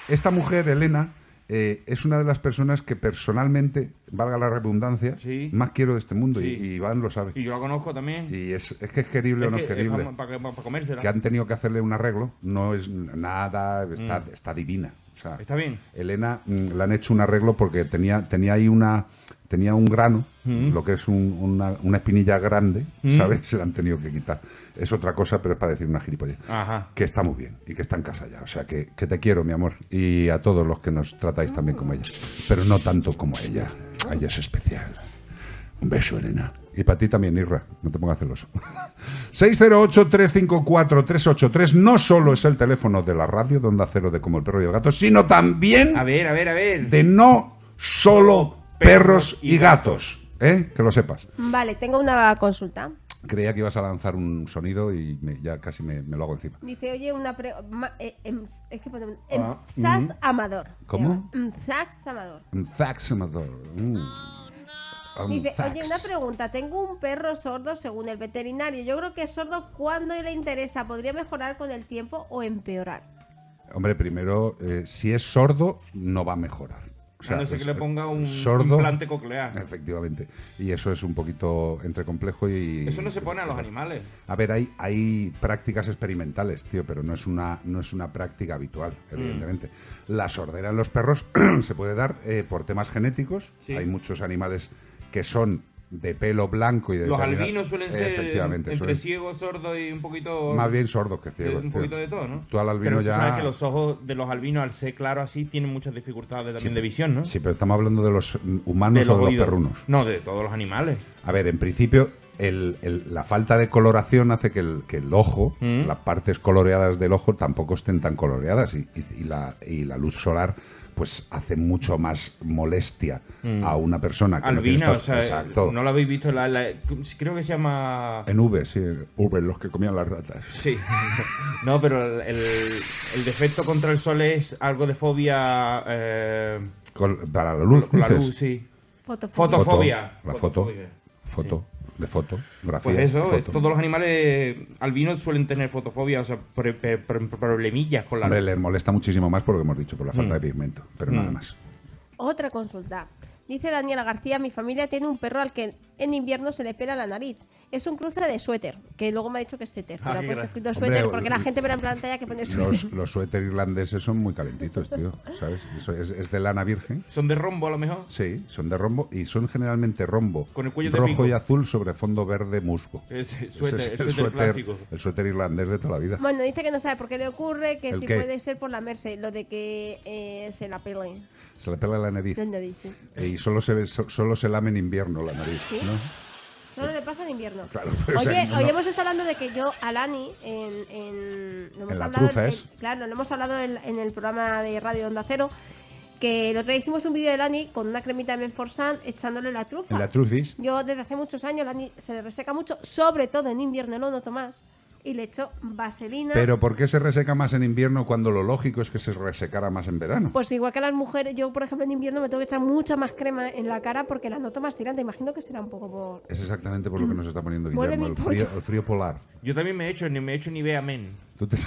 Speaker 4: Esta mujer, Elena. eh, es una de las personas que personalmente, valga la redundancia,
Speaker 5: Sí.
Speaker 4: más quiero de este mundo
Speaker 5: Sí.
Speaker 4: y, y Iván lo sabe.
Speaker 5: Y yo la conozco también.
Speaker 4: Y es, es que es querible o no es querible.
Speaker 5: para, comérsela.
Speaker 4: que han tenido que hacerle un arreglo, no es nada, está, está divina. O sea,
Speaker 5: Mm. Está bien.
Speaker 4: Elena mm, le han hecho un arreglo porque tenía, tenía ahí una. Tenía un grano, lo que es un- una, una espinilla grande, ¿sabes? Se la han tenido que quitar. Es otra cosa, pero es para decir una gilipollez.
Speaker 5: Ah, Ajá.
Speaker 4: Que está muy bien y que está en casa ya. O sea, que, que te quiero, mi amor. Y a todos los que nos tratáis también como ella. Pero no tanto como a ella. A ella es especial. Un beso, Elena. Y para ti también, Irra. No te pongas celoso. 608-354-383 no solo es el teléfono de la radio de Onda Cero de Como el Perro y el Gato, sino también
Speaker 5: A ver, a ver, a ver.
Speaker 4: de no solo perros y gatos. ¿Eh? Que lo sepas.
Speaker 3: Vale, tengo una consulta.
Speaker 4: Creía que ibas a lanzar un sonido y me- ya casi me, me lo hago encima.
Speaker 3: Dice, oye, una pre... ma- eh, ems- es que ponemos...
Speaker 2: Ah,
Speaker 3: Emzas Amador. se
Speaker 4: ¿Cómo?
Speaker 3: llama. Emzas Amador.
Speaker 4: Un faximador. Mm. Un
Speaker 3: Oh, Dice, oye,
Speaker 4: fax.
Speaker 3: una pregunta. Tengo un perro sordo según el veterinario. Yo creo que es sordo cuando le interesa. ¿Podría mejorar con el tiempo o empeorar?
Speaker 4: Hombre, primero, eh, si es sordo, no va a mejorar. O
Speaker 5: a no ser que
Speaker 4: es-
Speaker 5: le ponga un implante coclear.
Speaker 4: Efectivamente. Y eso es un poquito entre complejo y.
Speaker 5: Eso no se pone a los animales.
Speaker 4: A ver, hay, hay prácticas experimentales, tío, pero no es una, no es una práctica habitual,
Speaker 5: Mm.
Speaker 4: evidentemente. La sordera en los perros se puede dar eh, por temas genéticos.
Speaker 5: Sí.
Speaker 4: Hay muchos animales que son de pelo blanco y de
Speaker 5: Los
Speaker 4: determinada-
Speaker 5: albinos suelen ser
Speaker 4: Efectivamente,
Speaker 5: entre
Speaker 4: suelen-
Speaker 5: ciegos, sordos y un poquito.
Speaker 4: más bien sordos que
Speaker 5: de-
Speaker 4: ciegos.
Speaker 5: un
Speaker 4: tío.
Speaker 5: poquito de todo, ¿no?
Speaker 4: Tú al albino
Speaker 5: Pero
Speaker 4: ya-
Speaker 5: Tú sabes que los ojos de los albinos, al ser claro así, tienen muchas dificultades también de visión, ¿no?
Speaker 4: Sí, pero estamos hablando de los mm,
Speaker 5: de
Speaker 4: humanos o de los
Speaker 5: oídos.
Speaker 4: perrunos.
Speaker 5: No, de todos los animales.
Speaker 4: A ver, en principio, el- el- la falta de coloración hace que el, que el ojo,
Speaker 5: Mm.
Speaker 4: las partes coloreadas del ojo, tampoco estén tan coloreadas y, y- y la, y la luz solar pues hace mucho más molestia
Speaker 5: Mm.
Speaker 4: a una persona que no
Speaker 5: Albina,
Speaker 4: tiene
Speaker 5: o
Speaker 4: estos-
Speaker 5: sea,
Speaker 4: exacto.
Speaker 5: no lo habéis visto. La, la- creo que se llama.
Speaker 4: En V, sí, V, los que comían las ratas.
Speaker 5: Sí. no, pero el, el- el defecto contra el sol es algo de fobia. eh,
Speaker 4: Col- para la luz,
Speaker 5: con la
Speaker 4: dices.
Speaker 5: luz, sí.
Speaker 3: Fotofobia.
Speaker 5: Foto. Fotofobia.
Speaker 4: La foto.
Speaker 5: Fotofobia.
Speaker 4: Foto. De foto. Grafía.
Speaker 5: Pues eso,
Speaker 4: foto.
Speaker 5: todos los animales albinos suelen tener fotofobia, o sea, pre- pre- pre- problemillas con la
Speaker 4: Hombre,
Speaker 5: luz.
Speaker 4: les molesta muchísimo más por lo que hemos dicho, por la falta
Speaker 5: Mm.
Speaker 4: de pigmento, pero nada más.
Speaker 3: Otra consulta. Dice Daniela García, mi familia tiene un perro al que en invierno se le pela la nariz. Es un cruce de suéter, que luego me ha dicho que es suéter, pero
Speaker 5: Ay,
Speaker 3: ha puesto
Speaker 5: gracias.
Speaker 3: escrito
Speaker 4: Hombre,
Speaker 3: suéter porque la
Speaker 4: el-
Speaker 3: gente verá en pantalla que pone
Speaker 4: Los,
Speaker 3: suéter.
Speaker 4: los suéter irlandeses son muy calentitos, tío, ¿sabes? Eso es, es de lana virgen.
Speaker 5: Son de rombo a lo mejor.
Speaker 4: Sí, son de rombo y son generalmente rombo.
Speaker 5: Con el cuello de
Speaker 4: rojo
Speaker 5: pico.
Speaker 4: y azul sobre fondo verde musgo.
Speaker 5: Es el
Speaker 4: Ese
Speaker 5: suéter,
Speaker 4: es
Speaker 5: el suéter clásico.
Speaker 4: el suéter irlandés de toda la vida.
Speaker 3: Bueno, dice que no sabe por qué le ocurre, que
Speaker 4: ¿El
Speaker 3: si
Speaker 4: qué?
Speaker 3: puede ser por la merce, lo de que eh, se la pele.
Speaker 4: Se le pela la nariz
Speaker 3: La nariz, sí.
Speaker 4: y solo se, ve- so- solo se lame en invierno la nariz,
Speaker 3: ¿Sí?
Speaker 4: ¿no?
Speaker 3: Solo le pasa en invierno.
Speaker 4: Claro, pero
Speaker 3: Oye,
Speaker 4: es en-
Speaker 3: hoy
Speaker 4: Pues no.
Speaker 3: hemos estado hablando de que yo a Lani en. en, lo hemos
Speaker 4: En la
Speaker 3: hablado
Speaker 4: truza
Speaker 3: en-
Speaker 4: es.
Speaker 3: Claro, lo hemos hablado en, en el programa de Radio Onda Cero. Que el otro día hicimos un vídeo de Lani con una cremita de Menforsan echándole la trufa.
Speaker 4: En la trucis.
Speaker 3: Yo desde hace muchos años Lani se le reseca mucho, sobre todo en invierno, no noto más. Y le echo vaselina.
Speaker 4: Pero ¿por qué se reseca más en invierno cuando lo lógico es que se resecara más en verano?
Speaker 3: Pues igual que las mujeres, yo por ejemplo en invierno me tengo que echar mucha más crema en la cara porque la noto más tirante. Imagino que será un poco por.
Speaker 4: Es exactamente por lo que nos está poniendo
Speaker 3: Vuelve
Speaker 4: Guillermo,
Speaker 3: mi
Speaker 4: el frío,
Speaker 3: pollo.
Speaker 4: el frío polar.
Speaker 5: Yo también me he hecho, ni me he hecho Nivea Men.
Speaker 4: Tú te-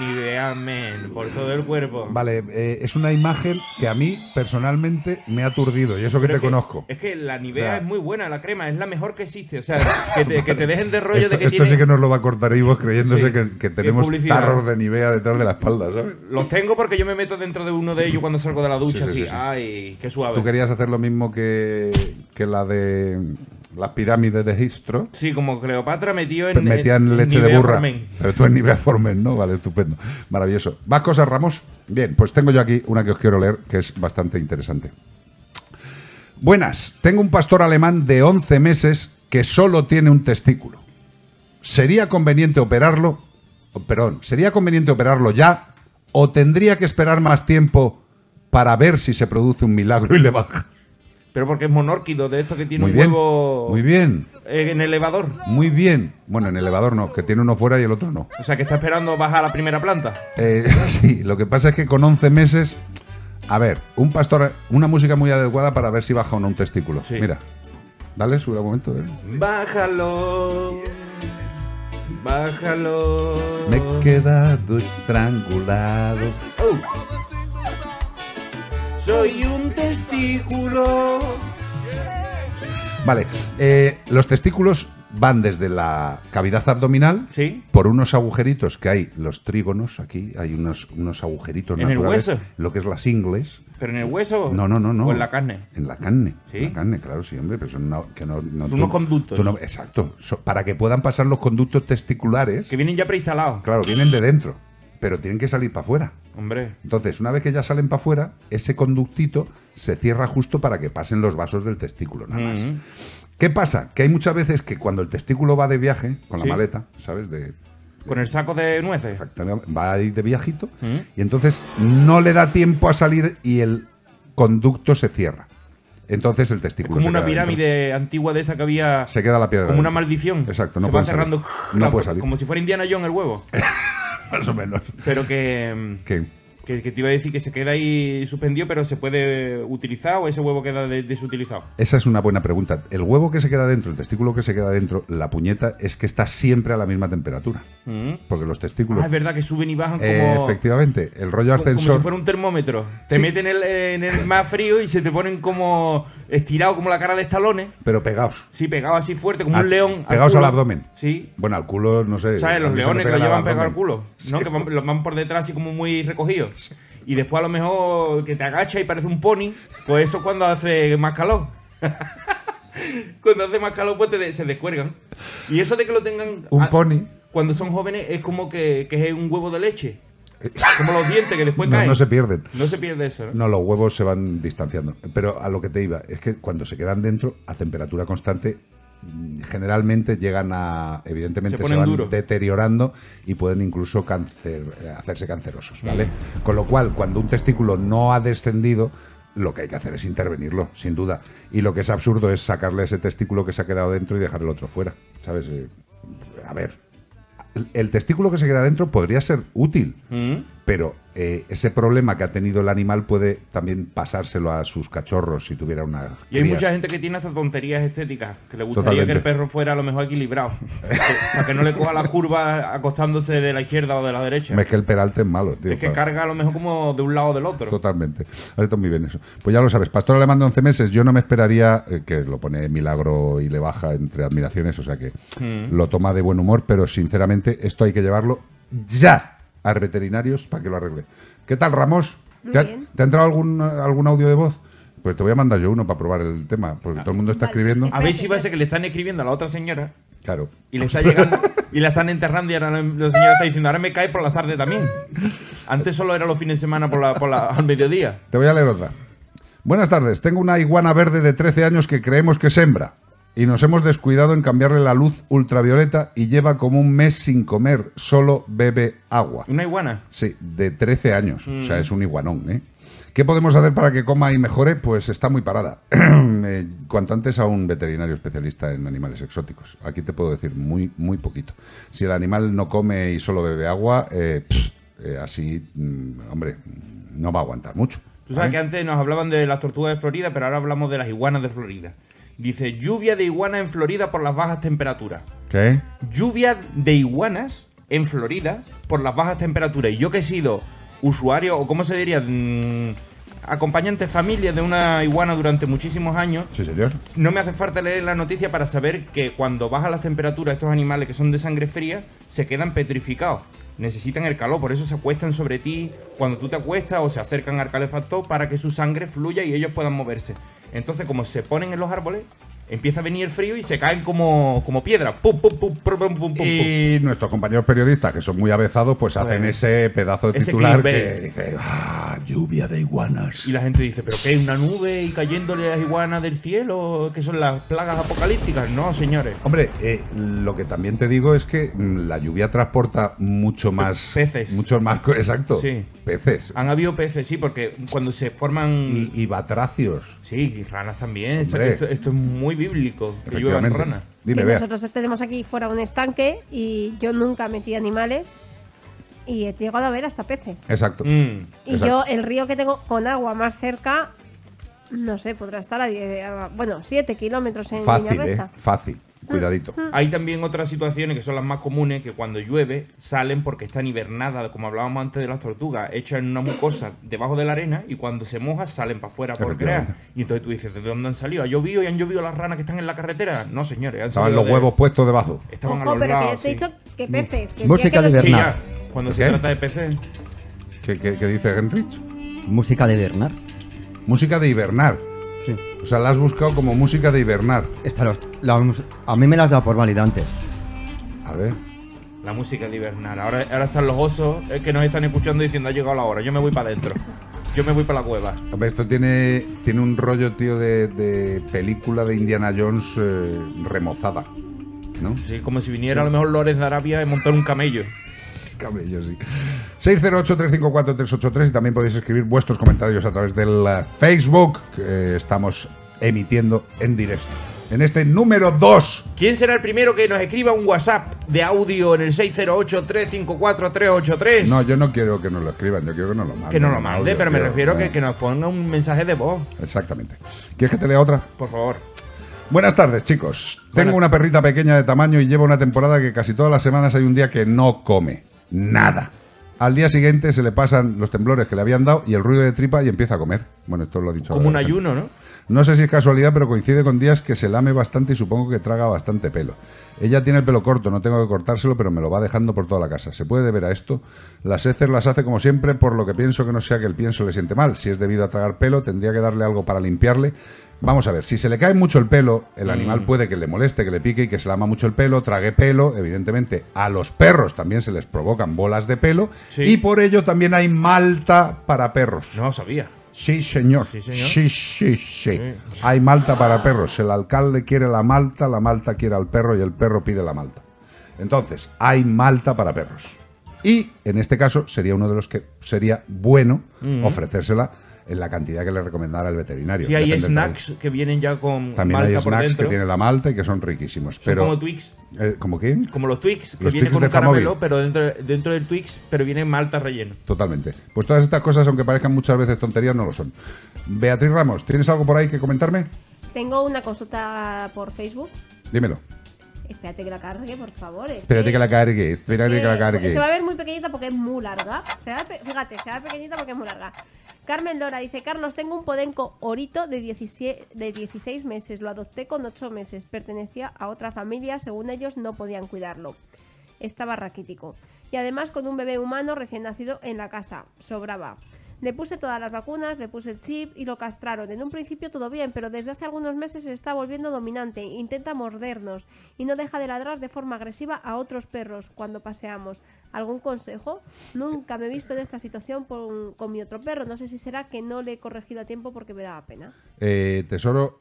Speaker 5: Nivea Men, por todo el cuerpo.
Speaker 4: Vale, eh, es una imagen que a mí personalmente me ha aturdido, y eso que
Speaker 5: Pero
Speaker 4: te
Speaker 5: es que- este
Speaker 4: conozco.
Speaker 5: Es que la Nivea
Speaker 4: O sea-
Speaker 5: es muy buena, la crema, es la mejor que existe. O sea, que te, que te dejen de rollo
Speaker 4: esto
Speaker 5: de que
Speaker 4: esto
Speaker 5: tiene...
Speaker 4: sí que nos lo va a cortar Ivo creyéndose
Speaker 5: Sí,
Speaker 4: que, que
Speaker 5: qué
Speaker 4: tenemos
Speaker 5: publicidad.
Speaker 4: tarros de Nivea detrás de la espalda, ¿sabes?
Speaker 5: Los tengo porque yo me meto dentro de uno de ellos cuando salgo de la ducha,
Speaker 4: Sí,
Speaker 5: así.
Speaker 4: sí, sí, sí.
Speaker 5: Ay, qué suave.
Speaker 4: Tú querías hacer lo mismo que, que la de las pirámides de Histro.
Speaker 5: Sí, como Cleopatra metió en...
Speaker 4: Metían
Speaker 5: en
Speaker 4: Pues leche de
Speaker 5: Nivea
Speaker 4: burra.
Speaker 5: Formen.
Speaker 4: Pero tú en Nivea Formen, ¿no? Vale, estupendo. Maravilloso. ¿Más cosas, Ramos? Bien, pues tengo yo aquí una que os quiero leer que es bastante interesante. Buenas, tengo un pastor alemán de 11 meses que solo tiene un testículo. ¿Sería conveniente operarlo? O, Perdón, ¿sería conveniente operarlo ya o tendría que esperar más tiempo para ver si se produce un milagro y le baja?
Speaker 5: Pero porque es monórquido, de esto que tiene
Speaker 4: Muy
Speaker 5: un
Speaker 4: bien.
Speaker 5: huevo
Speaker 4: Muy bien.
Speaker 5: eh, en el elevador.
Speaker 4: Muy bien. Bueno, en el elevador no, que tiene uno fuera y el otro no.
Speaker 5: O sea, que está esperando bajar a la primera planta.
Speaker 4: Eh, sí, lo que pasa es que con 11 meses. A ver, un pastor. Una música muy adecuada para ver si baja o no un testículo.
Speaker 5: Sí.
Speaker 4: Mira. Dale, sube un momento. eh.
Speaker 5: Bájalo. Bájalo.
Speaker 4: Me he quedado estrangulado.
Speaker 5: Soy un testículo.
Speaker 4: Vale, eh, los testículos van desde la cavidad abdominal.
Speaker 5: Sí.
Speaker 4: Por unos agujeritos que hay, los trígonos, aquí hay unos, unos agujeritos
Speaker 5: ¿En el
Speaker 4: naturales,
Speaker 5: hueso?
Speaker 4: lo que es las ingles.
Speaker 5: ¿Pero en el hueso?
Speaker 4: No, no, no, no.
Speaker 5: ¿O en la carne?
Speaker 4: En la carne.
Speaker 5: ¿Sí?
Speaker 4: En la carne, claro, sí, hombre, pero son, una- que no, no-
Speaker 5: Son unos conductos.
Speaker 4: tú no- exacto. So- para que puedan pasar los conductos testiculares,
Speaker 5: Que vienen ya preinstalados.
Speaker 4: claro, vienen de dentro, pero tienen que salir para afuera.
Speaker 5: Hombre.
Speaker 4: Entonces, una vez que ya salen para afuera, ese conductito se cierra justo para que pasen los vasos del testículo, nada más.
Speaker 5: Mm.
Speaker 4: ¿Qué pasa? Que hay muchas veces que cuando el testículo va de viaje, con
Speaker 5: Sí.
Speaker 4: la maleta, ¿sabes? De,
Speaker 5: Con el saco de nueces.
Speaker 4: Exactamente, va a ir de viajito
Speaker 5: ¿Mm?
Speaker 4: y entonces no le da tiempo a salir y el conducto se cierra. Entonces el
Speaker 5: Es
Speaker 4: testículo
Speaker 5: como
Speaker 4: se
Speaker 5: una
Speaker 4: queda dentro.
Speaker 5: pirámide antigua de esa que había.
Speaker 4: Se queda la piedra.
Speaker 5: como una
Speaker 4: dentro.
Speaker 5: maldición.
Speaker 4: Exacto, no
Speaker 5: Se va
Speaker 4: puede salir.
Speaker 5: cerrando.
Speaker 4: No puede salir.
Speaker 5: Como si fuera Indiana Jones el huevo.
Speaker 4: Más o menos.
Speaker 5: Pero que. mm,
Speaker 4: ¿Qué?
Speaker 5: Que, que te iba a decir que se queda ahí suspendido, pero se puede utilizar o ese huevo queda de- desutilizado.
Speaker 4: Esa es una buena pregunta. El huevo que se queda dentro, el testículo que se queda dentro, la puñeta es que está siempre a la misma temperatura.
Speaker 5: Mm.
Speaker 4: Porque los
Speaker 5: Ah,
Speaker 4: testículos.
Speaker 5: es verdad que suben y bajan como.
Speaker 4: Eh, efectivamente, el rollo
Speaker 5: co- Como
Speaker 4: ascensor.
Speaker 5: si fuera un termómetro. Te
Speaker 4: Sí.
Speaker 5: meten en el, en el más frío y se te ponen como estirado como la cara de estalones.
Speaker 4: Pero pegados.
Speaker 5: Sí, pegado así fuerte, como
Speaker 4: Ah,
Speaker 5: un león. al
Speaker 4: Pegados al,
Speaker 5: culo.
Speaker 4: abdomen.
Speaker 5: Sí.
Speaker 4: Bueno, al culo, no sé.
Speaker 5: ¿Sabes?
Speaker 4: a
Speaker 5: Los
Speaker 4: mí se me
Speaker 5: leones que lo
Speaker 4: pega
Speaker 5: llevan
Speaker 4: el
Speaker 5: pegado al
Speaker 4: abdomen.
Speaker 5: culo. ¿No? Que van, los van por detrás así como muy recogidos. Y después a lo mejor que te agacha y parece un pony. Pues eso es cuando hace más calor. cuando hace más calor, pues te de- se descuelgan. Y eso de que lo tengan.
Speaker 4: Un
Speaker 5: a-
Speaker 4: pony.
Speaker 5: Cuando son jóvenes es como que, que es un huevo de leche. Como los dientes que después
Speaker 4: Eh. No,
Speaker 5: caen.
Speaker 4: no se pierden.
Speaker 5: No se pierde eso. ¿no?
Speaker 4: No, los huevos se van distanciando. Pero a lo que te iba, es que cuando se quedan dentro, a temperatura constante, mm, generalmente llegan a. Evidentemente
Speaker 5: Se
Speaker 4: se,
Speaker 5: ponen
Speaker 4: van
Speaker 5: duro.
Speaker 4: deteriorando y pueden incluso cancer, eh, hacerse cancerosos,
Speaker 5: Mm.
Speaker 4: ¿vale? Con lo cual, cuando un testículo no ha descendido. Lo que hay que hacer es intervenirlo, sin duda. Y lo que es absurdo es sacarle ese testículo que se ha quedado dentro y dejar el otro fuera. ¿Sabes? Eh, A ver. el- El testículo que se queda dentro podría ser útil,
Speaker 5: Mm.
Speaker 4: pero eh, ese problema que ha tenido el animal puede también pasárselo a sus cachorros si tuviera una.
Speaker 5: Y hay
Speaker 4: crías.
Speaker 5: mucha gente que tiene esas tonterías estéticas, que le gustaría
Speaker 4: Totalmente.
Speaker 5: que el perro fuera a lo mejor equilibrado, que- para que no le coja la curva acostándose de la izquierda o de la derecha.
Speaker 4: Es que el peralte es malo, tío.
Speaker 5: es que
Speaker 4: para-
Speaker 5: carga a lo mejor como de un lado o del otro.
Speaker 4: Totalmente. Has hecho muy bien eso. Pues ya lo sabes, pastor alemán de 11 meses, yo no me esperaría eh, que lo pone milagro y le baja entre admiraciones, o sea que lo toma de buen humor, pero sinceramente esto hay que llevarlo ya a veterinarios para que lo arregle. ¿Qué tal, Ramos?
Speaker 3: Muy
Speaker 4: ¿Te ha,
Speaker 3: bien.
Speaker 4: te ha entrado algún, algún audio de voz? Pues te voy a mandar yo uno para probar el tema, porque todo el mundo está
Speaker 3: Vale.
Speaker 4: escribiendo.
Speaker 5: A ver si va a ser que le están escribiendo a la otra señora
Speaker 4: Claro.
Speaker 5: y le está llegando y la están enterrando y ahora la la señora está diciendo, ahora me cae por la tarde también. Antes solo era los fines de semana por la, por la- al mediodía.
Speaker 4: Te voy a leer otra. Buenas tardes, tengo una iguana verde de 13 años que creemos que es hembra. Y nos hemos descuidado en cambiarle la luz ultravioleta y lleva como un mes sin comer, solo bebe agua.
Speaker 5: Una iguana.
Speaker 4: Sí, de 13 años. O sea, es un iguanón, ¿eh? ¿Qué podemos hacer para que coma y mejore? Pues está muy parada. Eh, cuanto antes a un veterinario especialista en animales exóticos. Aquí te puedo decir muy, muy poquito. Si el animal no come y solo bebe agua, eh, pff, eh, así, mm, hombre, no va a aguantar mucho.
Speaker 5: Tú sabes que
Speaker 4: ¿vale?
Speaker 5: antes nos hablaban de las tortugas de Florida, pero ahora hablamos de las iguanas de Florida. Dice, lluvia de iguana en Florida por las bajas temperaturas.
Speaker 4: ¿Qué?
Speaker 5: Lluvia de iguanas en Florida por las bajas temperaturas. Y yo que he sido usuario, o cómo se diría, Mm, acompañante familia de una iguana durante muchísimos años,
Speaker 4: Sí, señor.
Speaker 5: no me hace falta leer la noticia para saber que cuando bajan las temperaturas estos animales que son de sangre fría se quedan petrificados. Necesitan el calor, por eso se acuestan sobre ti cuando tú te acuestas o se acercan al calefactor para que su sangre fluya y ellos puedan moverse. Entonces, como se ponen en los árboles, empieza a venir el frío y se caen como, como piedra. Pum, pum, pum, pum, pum, pum, pum.
Speaker 4: Y nuestros compañeros periodistas, que son muy avezados, pues hacen
Speaker 5: Bueno.
Speaker 4: ese pedazo de
Speaker 5: Ese
Speaker 4: titular que
Speaker 5: clickbait.
Speaker 4: dice,
Speaker 8: Ah, lluvia de iguanas.
Speaker 5: Y la gente dice, ¿pero qué? ¿Una nube y cayéndole las iguanas del cielo? que son las plagas apocalípticas? No, señores.
Speaker 4: Hombre, eh, lo que también te digo es que mm, la lluvia transporta mucho más.
Speaker 5: peces.
Speaker 4: Mucho más. co- Exacto.
Speaker 5: Sí. Ah,
Speaker 4: Peces.
Speaker 5: Han habido peces, sí, porque cuando se forman...
Speaker 4: Y, y batracios.
Speaker 5: Sí, y ranas también. Esto,
Speaker 4: Hombre.
Speaker 5: esto- esto es muy bíblico. Que lluevan
Speaker 4: Efectivamente.
Speaker 5: ranas.
Speaker 4: Dime,
Speaker 3: que
Speaker 4: Bea.
Speaker 3: nosotros tenemos aquí fuera un estanque y yo nunca metí animales y he llegado a ver hasta peces.
Speaker 4: Exacto.
Speaker 5: Mm.
Speaker 3: Y
Speaker 4: Exacto.
Speaker 3: yo, el río que tengo con agua más cerca, no sé, podrá estar a, 10, a- bueno, 7 kilómetros en Ah.
Speaker 4: Fácil, ¿eh?
Speaker 3: Viñarreta.
Speaker 4: Fácil. Cuidadito.
Speaker 5: Hay también otras situaciones que son las más comunes que cuando llueve salen porque están hibernadas, como hablábamos antes de las tortugas, hechas en una mucosa debajo de la arena y cuando se moja salen para afuera por
Speaker 4: Efectivamente.
Speaker 5: crear. Y entonces tú dices, ¿de dónde han salido? ¿Ha llovido y han llovido las ranas que están en la carretera? No, señores. han
Speaker 4: Estaban
Speaker 5: salido
Speaker 4: los
Speaker 5: de-
Speaker 4: huevos puestos debajo.
Speaker 5: Estaban a
Speaker 3: Ojo,
Speaker 5: los
Speaker 3: pero que
Speaker 5: lados.
Speaker 3: yo te he
Speaker 5: sí.
Speaker 3: dicho que peces. Que el día
Speaker 2: Música
Speaker 3: que
Speaker 2: de
Speaker 3: los-
Speaker 5: Sí,
Speaker 2: Bernard.
Speaker 5: ya. Cuando
Speaker 4: ¿Qué?
Speaker 5: se trata de peces.
Speaker 4: ¿Qué, qué- qué dice Henrich?
Speaker 2: Música de Bernard.
Speaker 4: Música de hibernar.
Speaker 2: Sí.
Speaker 4: O sea, la has buscado como música de hibernar.
Speaker 2: Esta los- la mus- a mí me las da por válida antes.
Speaker 4: A ver.
Speaker 5: La música de hibernal. Ahora, ahora están los osos eh, que nos están escuchando diciendo ha llegado la hora. Yo me voy para adentro. Yo me voy para la cueva.
Speaker 4: Hombre, esto tiene, tiene un rollo, tío, de, de película de Indiana Jones eh, remozada. ¿No?
Speaker 5: Sí, como si viniera a lo mejor Lores de Arabia y montar un camello.
Speaker 4: Camello, sí. 608-354-383 y también podéis escribir vuestros comentarios a través del eh, Facebook que eh, estamos emitiendo en directo. En este número 2.
Speaker 5: ¿Quién será el primero que nos escriba un WhatsApp de audio en el 608-354-383?
Speaker 4: No, yo no quiero que nos lo escriban, yo quiero que nos lo manden.
Speaker 5: que no lo mande,
Speaker 4: Audio,
Speaker 5: pero me
Speaker 4: quiero,
Speaker 5: refiero
Speaker 4: eh,
Speaker 5: que, que nos ponga un mensaje de voz,
Speaker 4: Exactamente. ¿Quieres que te lea otra?
Speaker 5: por favor.
Speaker 4: Buenas tardes, chicos. Tengo
Speaker 5: Buenas-
Speaker 4: una perrita pequeña de tamaño y lleva una temporada que casi todas las semanas hay un día que no come. Nada. Al día siguiente se le pasan los temblores que le habían dado y el ruido de tripa y empieza a comer. Bueno, esto lo ha dicho
Speaker 5: Como un
Speaker 4: ahora.
Speaker 5: ayuno, ¿no?
Speaker 4: No sé si es casualidad, pero coincide con días que se lame bastante y supongo que traga bastante pelo. Ella tiene el pelo corto, no tengo que cortárselo, pero me lo va dejando por toda la casa. ¿Se puede deber a esto? Las heces las hace como siempre, por lo que pienso que no sea que el pienso le siente mal. Si es debido a tragar pelo, tendría que darle algo para limpiarle. Vamos a ver, si se le cae mucho el pelo, el animal puede que le moleste, que le pique y que se lama mucho el pelo, trague pelo. Evidentemente, a los perros también se les provocan bolas de pelo
Speaker 5: Sí.
Speaker 4: y por ello también hay malta para perros.
Speaker 5: No lo sabía.
Speaker 4: Sí, señor. Sí,
Speaker 5: Sí, señor.
Speaker 4: sí, sí, Hay malta para perros. El alcalde quiere la malta, la malta quiere al perro y el perro pide la malta. Entonces, hay malta para perros. Y en este caso sería uno de los que sería bueno ofrecérsela en la cantidad que le recomendara el veterinario.
Speaker 5: Si hay
Speaker 4: Depende del país.
Speaker 5: snacks que vienen ya con
Speaker 4: También
Speaker 5: malta
Speaker 4: hay
Speaker 5: por
Speaker 4: snacks
Speaker 5: dentro.
Speaker 4: que tiene la malta y que son riquísimos.
Speaker 5: Son
Speaker 4: Pero,
Speaker 5: como Twix.
Speaker 4: eh, ¿Cómo quién?
Speaker 5: Como los Twix, que
Speaker 4: Los
Speaker 5: viene
Speaker 4: Twix
Speaker 5: con
Speaker 4: de
Speaker 5: un caramelo,
Speaker 4: Famóvil.
Speaker 5: pero dentro, dentro del Twix, pero viene malta relleno.
Speaker 4: Totalmente. Pues todas estas cosas, aunque parezcan muchas veces tonterías, no lo son. Beatriz Ramos, ¿tienes algo por ahí que comentarme?
Speaker 3: Tengo una consulta por Facebook.
Speaker 4: Dímelo.
Speaker 3: Espérate que la cargue, por favor. es
Speaker 4: Espérate que la cargue, espérate que la
Speaker 3: Eh,
Speaker 4: cargue.
Speaker 3: Se va a ver muy pequeñita porque es muy larga. Se va a pe- fíjate, se va a ver pequeñita porque es muy larga. Carmen Lora dice, Carlos, tengo un podenco orito de, 17 de 16 meses. Lo adopté con 8 meses. Pertenecía a otra familia. Según ellos, no podían cuidarlo. Estaba raquítico. Y además con un bebé humano recién nacido en la casa. Sobraba. Le puse todas las vacunas, le puse el chip y lo castraron. En un principio todo bien, pero desde hace algunos meses se está volviendo dominante, intenta mordernos y no deja de ladrar de forma agresiva a otros perros cuando paseamos. ¿Algún consejo? Nunca me he visto en esta situación por- con mi otro perro. No sé si será que no le he corregido a tiempo porque me daba pena.
Speaker 4: Eh, tesoro,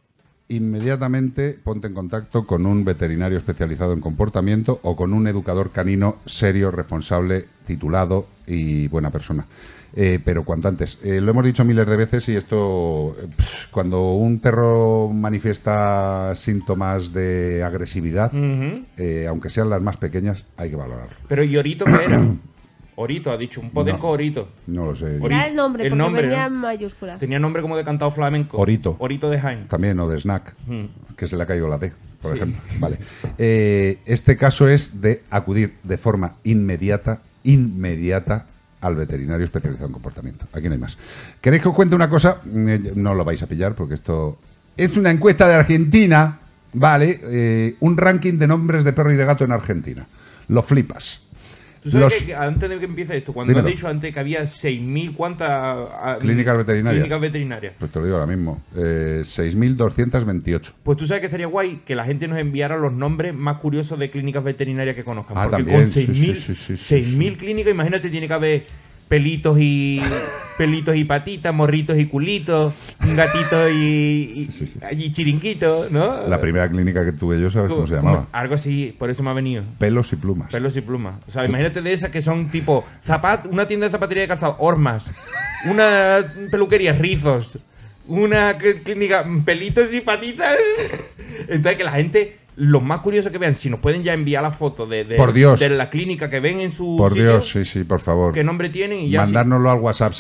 Speaker 4: inmediatamente ponte en contacto con un veterinario especializado en comportamiento o con un educador canino serio, responsable, titulado y buena persona. Eh, pero cuanto antes. Eh, lo hemos dicho miles de veces y esto, eh, pf, cuando un perro manifiesta síntomas de agresividad, eh, aunque sean las más pequeñas, hay que valorarlo.
Speaker 5: Pero ¿y Orito qué era? Orito, ha dicho, un podenco
Speaker 4: No.
Speaker 5: Orito.
Speaker 4: No lo sé.
Speaker 5: Ori-
Speaker 3: Será el nombre,
Speaker 5: el
Speaker 3: porque
Speaker 5: nombre,
Speaker 3: venía
Speaker 5: ¿no?
Speaker 3: en mayúsculas.
Speaker 5: Tenía nombre como de cantado flamenco.
Speaker 4: Orito.
Speaker 5: Orito de Jaén.
Speaker 4: También, o de snack,
Speaker 5: Mm.
Speaker 4: que se le ha caído la T, por ejemplo. Vale. Eh, este caso es de acudir de forma inmediata, inmediata al veterinario especializado en comportamiento. Aquí no hay más. ¿Queréis que os cuente una cosa? Eh, No lo vais a pillar porque esto es una encuesta de Argentina, ¿vale? Eh, un ranking de nombres de perro y de gato en Argentina. Lo flipas.
Speaker 5: Tú sabes
Speaker 4: Los-
Speaker 5: que antes de que empiece esto, cuando
Speaker 4: Dímelo.
Speaker 5: has dicho antes que había 6.000 cuántas ah,
Speaker 4: Clínicas veterinarias.
Speaker 5: clínicas veterinarias.
Speaker 4: Pues te lo digo ahora mismo. Eh, 6.228.
Speaker 5: Pues tú sabes que estaría guay que la gente nos enviara los nombres más curiosos de clínicas veterinarias que conozcan.
Speaker 4: Ah,
Speaker 5: porque
Speaker 4: también,
Speaker 5: con
Speaker 4: sí,
Speaker 5: 6.000
Speaker 4: sí, sí, sí, sí,
Speaker 5: 6.000 clínicas, imagínate, tiene que haber pelitos y pelitos y patitas, morritos y culitos, gatitos y, y, y chiringuitos, ¿no?
Speaker 4: La primera clínica que tuve yo, ¿sabes pues, cómo se llamaba?
Speaker 5: Algo así, por eso me ha venido.
Speaker 4: Pelos y plumas.
Speaker 5: Pelos y plumas. O sea, imagínate de esas que son tipo zapat, una tienda de zapatería de calzado, hormas, una peluquería, rizos, una cl- clínica, mm, pelitos y patitas. Entonces que la gente, los más curiosos que vean, si nos pueden ya enviar la foto de, de-
Speaker 4: Por Dios.
Speaker 5: de la clínica que ven en su
Speaker 4: Por
Speaker 5: sitio,
Speaker 4: Dios, sí, sí, por favor.
Speaker 5: qué nombre tienen y ya sí.
Speaker 4: Mandárnoslo al WhatsApp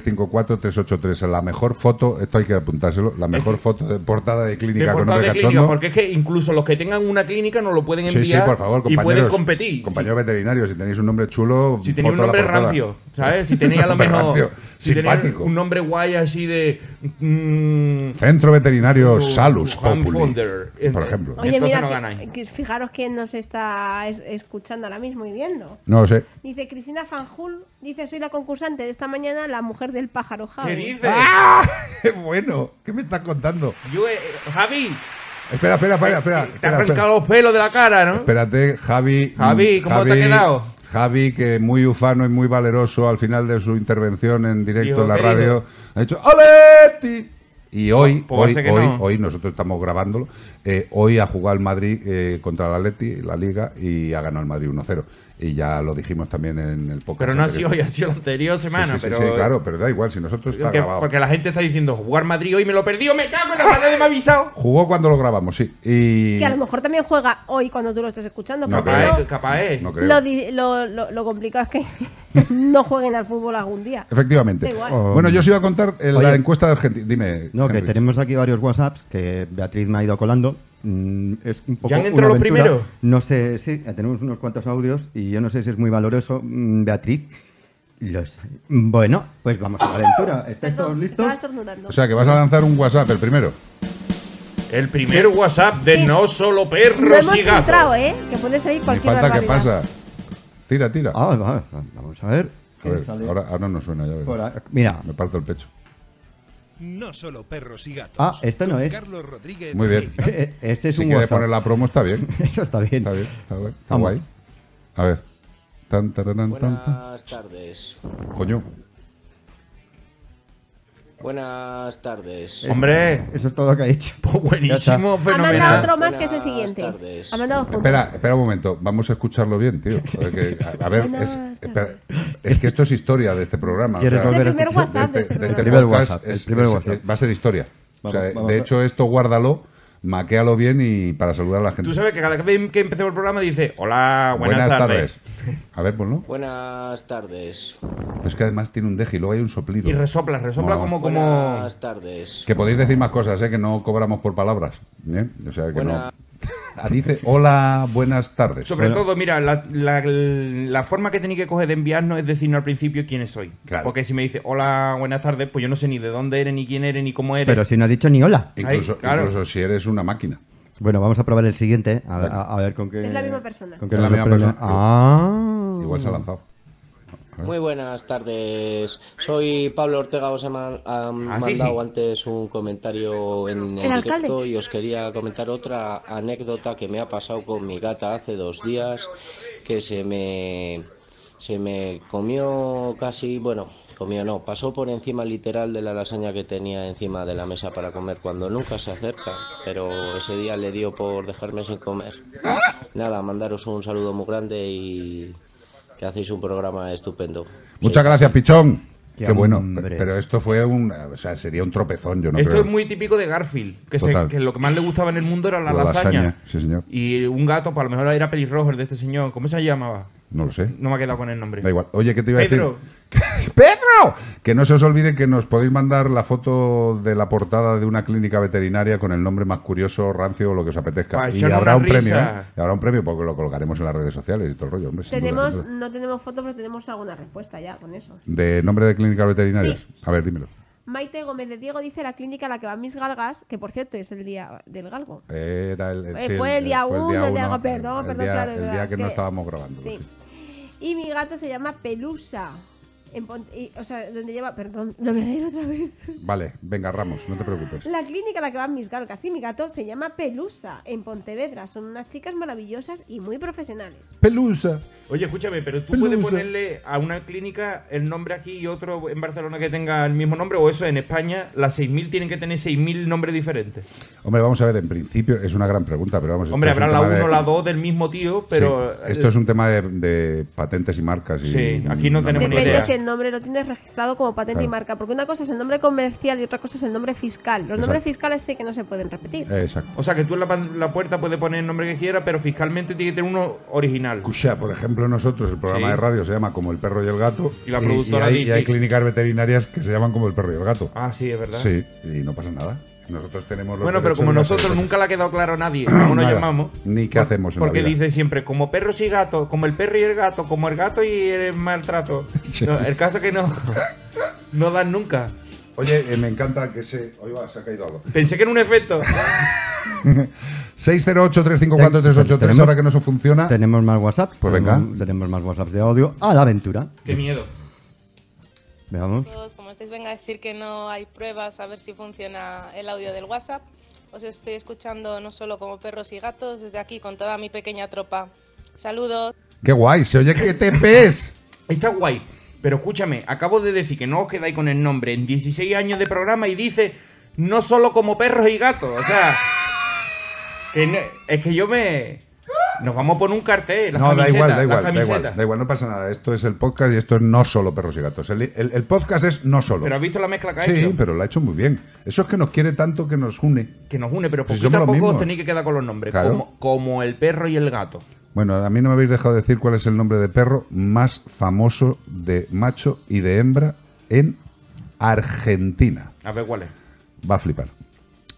Speaker 4: 608-354-383. La mejor foto, esto hay que apuntárselo, la mejor foto de portada de
Speaker 5: De
Speaker 4: clínica con
Speaker 5: portal
Speaker 4: nombre
Speaker 5: de clínica,
Speaker 4: cachondo.
Speaker 5: porque es que incluso los que tengan una clínica nos lo pueden
Speaker 4: sí,
Speaker 5: enviar
Speaker 4: sí, por favor,
Speaker 5: y
Speaker 4: compañeros.
Speaker 5: pueden competir.
Speaker 4: Compañeros veterinarios, si tenéis un nombre chulo,
Speaker 5: Si tenéis un
Speaker 4: foto a la
Speaker 5: nombre
Speaker 4: portada.
Speaker 5: rancio, ¿sabes? Si tenéis a lo
Speaker 4: Nombre
Speaker 5: mejor.
Speaker 4: rancio,
Speaker 5: si tenéis
Speaker 4: simpático.
Speaker 5: un nombre guay así de. mm,
Speaker 4: Centro Veterinario
Speaker 5: Su-
Speaker 4: Salus
Speaker 5: su hand
Speaker 4: Populi.
Speaker 5: folder, entre-
Speaker 4: Por ejemplo.
Speaker 3: Oye,
Speaker 5: Entonces
Speaker 3: mira,
Speaker 5: no
Speaker 3: fi-
Speaker 5: ganáis.
Speaker 3: que fijaros quién nos está es- escuchando ahora mismo y viendo.
Speaker 4: No lo sé.
Speaker 3: Dice Cristina Fanjul, dice, soy la concursante de esta mañana, la mujer del pájaro
Speaker 5: ¿Qué
Speaker 3: Javi. Ah.
Speaker 5: dices?
Speaker 4: ¡Qué bueno! ¿Qué me estás contando?
Speaker 5: Yo, eh, Javi,
Speaker 4: Espera, espera, espera. espera,
Speaker 5: te has
Speaker 4: espera, espera.
Speaker 5: arrancado los pelos de la cara, ¿no?
Speaker 4: Espérate, Javi.
Speaker 5: Javi, ¿cómo te ha quedado?
Speaker 4: Javi, que muy ufano y muy valeroso al final de su intervención en directo
Speaker 5: Dijo,
Speaker 4: en la
Speaker 5: ¿qué
Speaker 4: radio, ha dicho ¡Oleti! Y hoy,
Speaker 5: pues va a
Speaker 4: hoy,
Speaker 5: ser que
Speaker 4: hoy,
Speaker 5: no.
Speaker 4: hoy, nosotros estamos grabándolo, eh, hoy ha jugado el Madrid eh, contra el Atleti, la Liga, y ha ganado el Madrid 1-0. Y ya lo dijimos también en el podcast.
Speaker 5: Pero no ha
Speaker 4: anterior.
Speaker 5: sido hoy, ha sido la anterior
Speaker 4: Sí,
Speaker 5: semana.
Speaker 4: sí, sí,
Speaker 5: pero,
Speaker 4: sí, claro, pero da igual, si nosotros está
Speaker 5: porque,
Speaker 4: grabado.
Speaker 5: porque la gente está diciendo, jugar Madrid hoy me lo perdí, me cago en la pared, me ha avisado.
Speaker 4: Jugó cuando lo grabamos, sí. Y...
Speaker 3: Que a lo mejor también juega hoy cuando tú lo estés escuchando,
Speaker 4: No
Speaker 3: porque
Speaker 5: Capaz,
Speaker 4: creo.
Speaker 5: eh, capaz, eh.
Speaker 4: No creo.
Speaker 3: Lo, di- lo, lo- lo complicado es que no jueguen al fútbol algún día.
Speaker 4: Efectivamente.
Speaker 3: Da igual.
Speaker 4: Bueno, yo os iba a contar eh, la
Speaker 2: Oye.
Speaker 4: encuesta de Argentina. Dime.
Speaker 2: No, que
Speaker 4: Henry.
Speaker 2: tenemos aquí varios WhatsApps que Beatriz me ha ido colando. Mm, Es un poco
Speaker 5: ¿Ya han
Speaker 2: una
Speaker 5: entrado los
Speaker 2: aventura.
Speaker 5: primeros?
Speaker 2: No sé, sí, eh, tenemos unos cuantos audios y yo no sé si es muy valoroso, mm, Beatriz. Los... Bueno, pues vamos a la aventura. ¿Estáis todos
Speaker 3: Perdón,
Speaker 2: listos?
Speaker 3: estaba estornudando.
Speaker 4: O sea, que vas a lanzar un WhatsApp el primero.
Speaker 5: El primer WhatsApp de
Speaker 3: Sí.
Speaker 5: no solo
Speaker 3: no
Speaker 5: perros
Speaker 3: hemos
Speaker 5: y gatos.
Speaker 3: filtrado, ¿eh? Que puede salir
Speaker 4: Ni
Speaker 3: cualquier
Speaker 4: falta que
Speaker 3: barbaridad.
Speaker 4: pasa. Tira, tira. A
Speaker 2: Ah, va, va, vamos a ver.
Speaker 4: ver, ahora, ahora no suena, ya verás.
Speaker 2: Por ahí- Mira,
Speaker 4: Me parto el pecho.
Speaker 1: No solo perros y gatos.
Speaker 2: Ah, este no
Speaker 1: Con
Speaker 2: es.
Speaker 1: Carlos Rodríguez.
Speaker 4: Muy bien.
Speaker 1: e Iván
Speaker 2: este es
Speaker 4: si
Speaker 2: un
Speaker 4: quieres
Speaker 2: WhatsApp.
Speaker 4: poner la promo, está bien.
Speaker 2: Eso está bien.
Speaker 4: Está bien, está, guay, está
Speaker 2: Vamos.
Speaker 4: guay. A ver. Tan, tararán, tan, tan.
Speaker 9: Buenas tardes.
Speaker 4: Coño.
Speaker 9: Buenas tardes.
Speaker 5: Eh. Hombre,
Speaker 2: Eso es todo lo que ha dicho.
Speaker 5: pues buenísimo,
Speaker 3: Ha mandado
Speaker 5: fenomenal.
Speaker 3: otro más que es el
Speaker 9: Buenas
Speaker 3: siguiente.
Speaker 9: tardes.
Speaker 3: Ha mandado dos
Speaker 4: Espera, espera un momento. Vamos a escucharlo bien, tío. Joder, que- a, a ver,
Speaker 3: Buenas
Speaker 4: es, espera. es que esto es historia de este programa. o
Speaker 2: ¿Quieres
Speaker 4: sea,
Speaker 3: Es el
Speaker 2: volver a
Speaker 3: primer
Speaker 2: escuchar?
Speaker 3: WhatsApp de este,
Speaker 4: de este
Speaker 3: programa.
Speaker 2: primer
Speaker 4: podcast
Speaker 2: WhatsApp, el
Speaker 4: es-
Speaker 2: primer
Speaker 4: es-
Speaker 2: WhatsApp.
Speaker 4: es- va a ser historia. O sea, eh,
Speaker 2: Vamos, vamos
Speaker 4: de
Speaker 2: a-
Speaker 4: hecho, esto guárdalo, maquéalo bien y para saludar a la gente.
Speaker 5: Tú sabes que cada vez que empecemos el programa dice, hola, buenas, tardes.
Speaker 4: A ver, ponlo.
Speaker 9: Buenas tardes.
Speaker 4: Pero Es que además tiene un deje y luego hay un soplido.
Speaker 5: Y resopla, resopla
Speaker 4: Mola.
Speaker 5: como, como...
Speaker 9: Buenas tardes.
Speaker 4: Que podéis decir más cosas, ¿eh? que no cobramos por palabras. ¿eh? O sea, que
Speaker 9: Buena-
Speaker 4: no. Dice, hola, buenas tardes.
Speaker 5: Sobre
Speaker 4: Hola.
Speaker 5: todo, mira, la, la- la forma que tenéis que coger de enviarnos es decirnos al principio quiénes soy.
Speaker 4: Claro.
Speaker 5: Porque si me dice hola, buenas tardes, pues yo no sé ni de dónde eres, ni quién eres, ni cómo eres.
Speaker 2: Pero si no ha dicho ni hola.
Speaker 4: Incluso,
Speaker 5: Ahí, claro.
Speaker 4: incluso si eres una máquina.
Speaker 2: Bueno, vamos a probar el siguiente. A, a- a ver con qué.
Speaker 3: Es la misma persona.
Speaker 2: con qué
Speaker 4: Es la
Speaker 2: nos
Speaker 4: misma
Speaker 2: sorprende.
Speaker 4: persona.
Speaker 2: Ah.
Speaker 4: Igual se ha lanzado.
Speaker 5: ¿Eh?
Speaker 9: Muy buenas tardes. Soy Pablo Ortega. Os he man- han
Speaker 5: Ah, sí,
Speaker 9: mandado
Speaker 5: sí.
Speaker 9: antes un comentario en
Speaker 3: El
Speaker 9: el,
Speaker 3: alcalde.
Speaker 9: directo y os quería comentar otra anécdota que me ha pasado con mi gata hace dos días que se me se me comió casi bueno comió, no, pasó por encima literal de la lasaña que tenía encima de la mesa para comer cuando nunca se acerca, pero ese día le dio por dejarme sin comer. Nada, mandaros un saludo muy grande y que hacéis un programa estupendo.
Speaker 4: Muchas gracias, Pichón.
Speaker 2: Qué
Speaker 4: Qué, bueno.
Speaker 2: hombre.
Speaker 4: pe- Pero esto fue un. O sea, sería un tropezón, yo no
Speaker 5: Esto
Speaker 4: creo.
Speaker 5: es muy típico de Garfield, que, se-
Speaker 4: Total.
Speaker 5: que lo que más le gustaba en el mundo era la,
Speaker 4: La
Speaker 5: lasaña.
Speaker 4: lasaña, sí, señor.
Speaker 5: Y un gato, para lo mejor era pelirrojo, el de este señor. ¿Cómo se llamaba?
Speaker 4: No lo sé.
Speaker 5: No me ha quedado con el nombre.
Speaker 4: Da igual. Oye, ¿qué te iba a decir?
Speaker 5: Pedro.
Speaker 4: ¡Pedro! Que no se os olvide que nos podéis mandar la foto de la portada de una clínica veterinaria con el nombre más curioso, rancio o lo que os apetezca.
Speaker 5: Pa'
Speaker 4: Y
Speaker 5: echarnos
Speaker 4: habrá
Speaker 5: una
Speaker 4: un premio,
Speaker 5: risa.
Speaker 4: ¿eh? Y habrá un premio porque lo colocaremos en las redes sociales y todo el rollo, hombre. sin duda,
Speaker 3: Tenemos,
Speaker 4: sin duda.
Speaker 3: no tenemos foto, pero tenemos alguna respuesta ya con eso.
Speaker 4: De nombre de clínicas veterinarias. A ver, dímelo.
Speaker 3: Maite Gómez de Diego dice la clínica a la que van mis galgas, que por cierto es el día del galgo.
Speaker 4: Era el,
Speaker 3: Eh,
Speaker 4: sí,
Speaker 3: fue el día
Speaker 4: fue
Speaker 3: uno, el día-
Speaker 4: uno,
Speaker 3: perdón,
Speaker 4: el
Speaker 3: perdón,
Speaker 4: día-
Speaker 3: claro, es
Speaker 4: El
Speaker 3: verdad,
Speaker 4: día
Speaker 3: es
Speaker 4: que no
Speaker 3: que-
Speaker 4: estábamos grabando.
Speaker 3: Sí.
Speaker 4: sí.
Speaker 3: Y mi gato se llama Pelusa. En Pon- y- o sea, donde lleva. Perdón, lo voy a leer otra vez.
Speaker 4: Vale, venga, Ramos, no te preocupes.
Speaker 3: La clínica a la que van mis galgas y mi gato se llama Pelusa en Pontevedra. Son unas chicas maravillosas y muy profesionales.
Speaker 4: Pelusa.
Speaker 5: Oye, escúchame, pero tú puedes ponerle a una clínica el nombre aquí y otro en Barcelona que tenga el mismo nombre, o eso en España, las 6.000 tienen que tener 6.000 nombres diferentes.
Speaker 4: Hombre, vamos a ver, en principio es una gran pregunta, pero vamos. Pues esto
Speaker 5: Hombre,
Speaker 4: es un
Speaker 5: habrá la
Speaker 4: tema
Speaker 5: 1
Speaker 4: de-
Speaker 5: o la 2 del mismo tío, pero. eh,
Speaker 4: Sí, esto es un tema de, de patentes y marcas. Y
Speaker 5: Sí, aquí no tenemos ni
Speaker 3: Depende
Speaker 5: idea.
Speaker 3: si el nombre lo tienes registrado como patente y
Speaker 4: Claro.
Speaker 3: marca, porque una cosa es el nombre comercial y otra cosa es el nombre fiscal. Los nombres fiscales sé que no se pueden repetir.
Speaker 4: Eh, Exacto.
Speaker 5: O sea, que tú en la, pan- la puerta puedes poner el nombre que quieras, pero fiscalmente tiene que tener uno original.
Speaker 4: Escucha, por ejemplo, nosotros el programa
Speaker 5: Sí.
Speaker 4: de radio se llama Como el perro y el gato.
Speaker 5: Y la productora
Speaker 4: hay,
Speaker 5: dice-
Speaker 4: y hay clínicas veterinarias que se llaman Como el perro y el gato.
Speaker 5: Ah, sí, es verdad.
Speaker 4: sí, y no pasa nada. Nosotros tenemos los
Speaker 5: Bueno, pero
Speaker 4: derechos
Speaker 5: como
Speaker 4: de hacer
Speaker 5: nosotros
Speaker 4: cosas.
Speaker 5: nunca le ha quedado claro a nadie cómo nos
Speaker 4: Nada.
Speaker 5: llamamos.
Speaker 4: Ni qué
Speaker 5: por-
Speaker 4: hacemos en la
Speaker 5: Porque
Speaker 4: vida.
Speaker 5: dice siempre, como perros y gatos, como el perro y el gato, como el gato y el maltrato. No, el caso es que no, no dan nunca.
Speaker 4: Oye, eh, me encanta que se. Hoy va, se ha caído algo.
Speaker 5: Pensé que era un efecto.
Speaker 4: 608-354-383,
Speaker 2: Tenemos-
Speaker 4: ahora que no eso funciona.
Speaker 2: Tenemos más WhatsApps.
Speaker 4: Pues
Speaker 2: tenemos,
Speaker 4: venga.
Speaker 2: Tenemos más WhatsApps de audio. A la aventura.
Speaker 5: Qué miedo.
Speaker 2: Veamos.
Speaker 10: Todos, como estáis, venga a decir que no hay pruebas, a ver si funciona el audio del WhatsApp. Os estoy escuchando no solo como perros y gatos, desde aquí con toda mi pequeña tropa. Saludos.
Speaker 4: Qué guay, se oye que te pes.
Speaker 5: Está guay. Pero escúchame, acabo de decir que no os quedáis con el nombre en 16 años de programa y dice no solo como perros y gatos. O sea, que no- es que yo me. Nos vamos a poner un cartel. Las
Speaker 4: No, da
Speaker 5: camisetas,
Speaker 4: igual, da
Speaker 5: las
Speaker 4: igual, da igual,
Speaker 5: camisetas.
Speaker 4: da igual, no pasa nada. Esto es el podcast y esto es no solo perros y gatos. El, el- el podcast es no solo.
Speaker 5: Pero has visto la mezcla que ha
Speaker 4: sí,
Speaker 5: hecho.
Speaker 4: pero lo ha hecho muy bien. Eso es que nos quiere tanto que nos une.
Speaker 5: que nos une, pero
Speaker 4: Si
Speaker 5: poquito
Speaker 4: somos
Speaker 5: a
Speaker 4: los
Speaker 5: poco os
Speaker 4: mismos.
Speaker 5: tenéis que quedar con los nombres.
Speaker 4: Claro.
Speaker 5: Como, como el perro y el gato.
Speaker 4: Bueno, a mí no me habéis dejado decir cuál es el nombre de perro más famoso de macho y de hembra en Argentina.
Speaker 5: A ver cuál es.
Speaker 4: Va a flipar.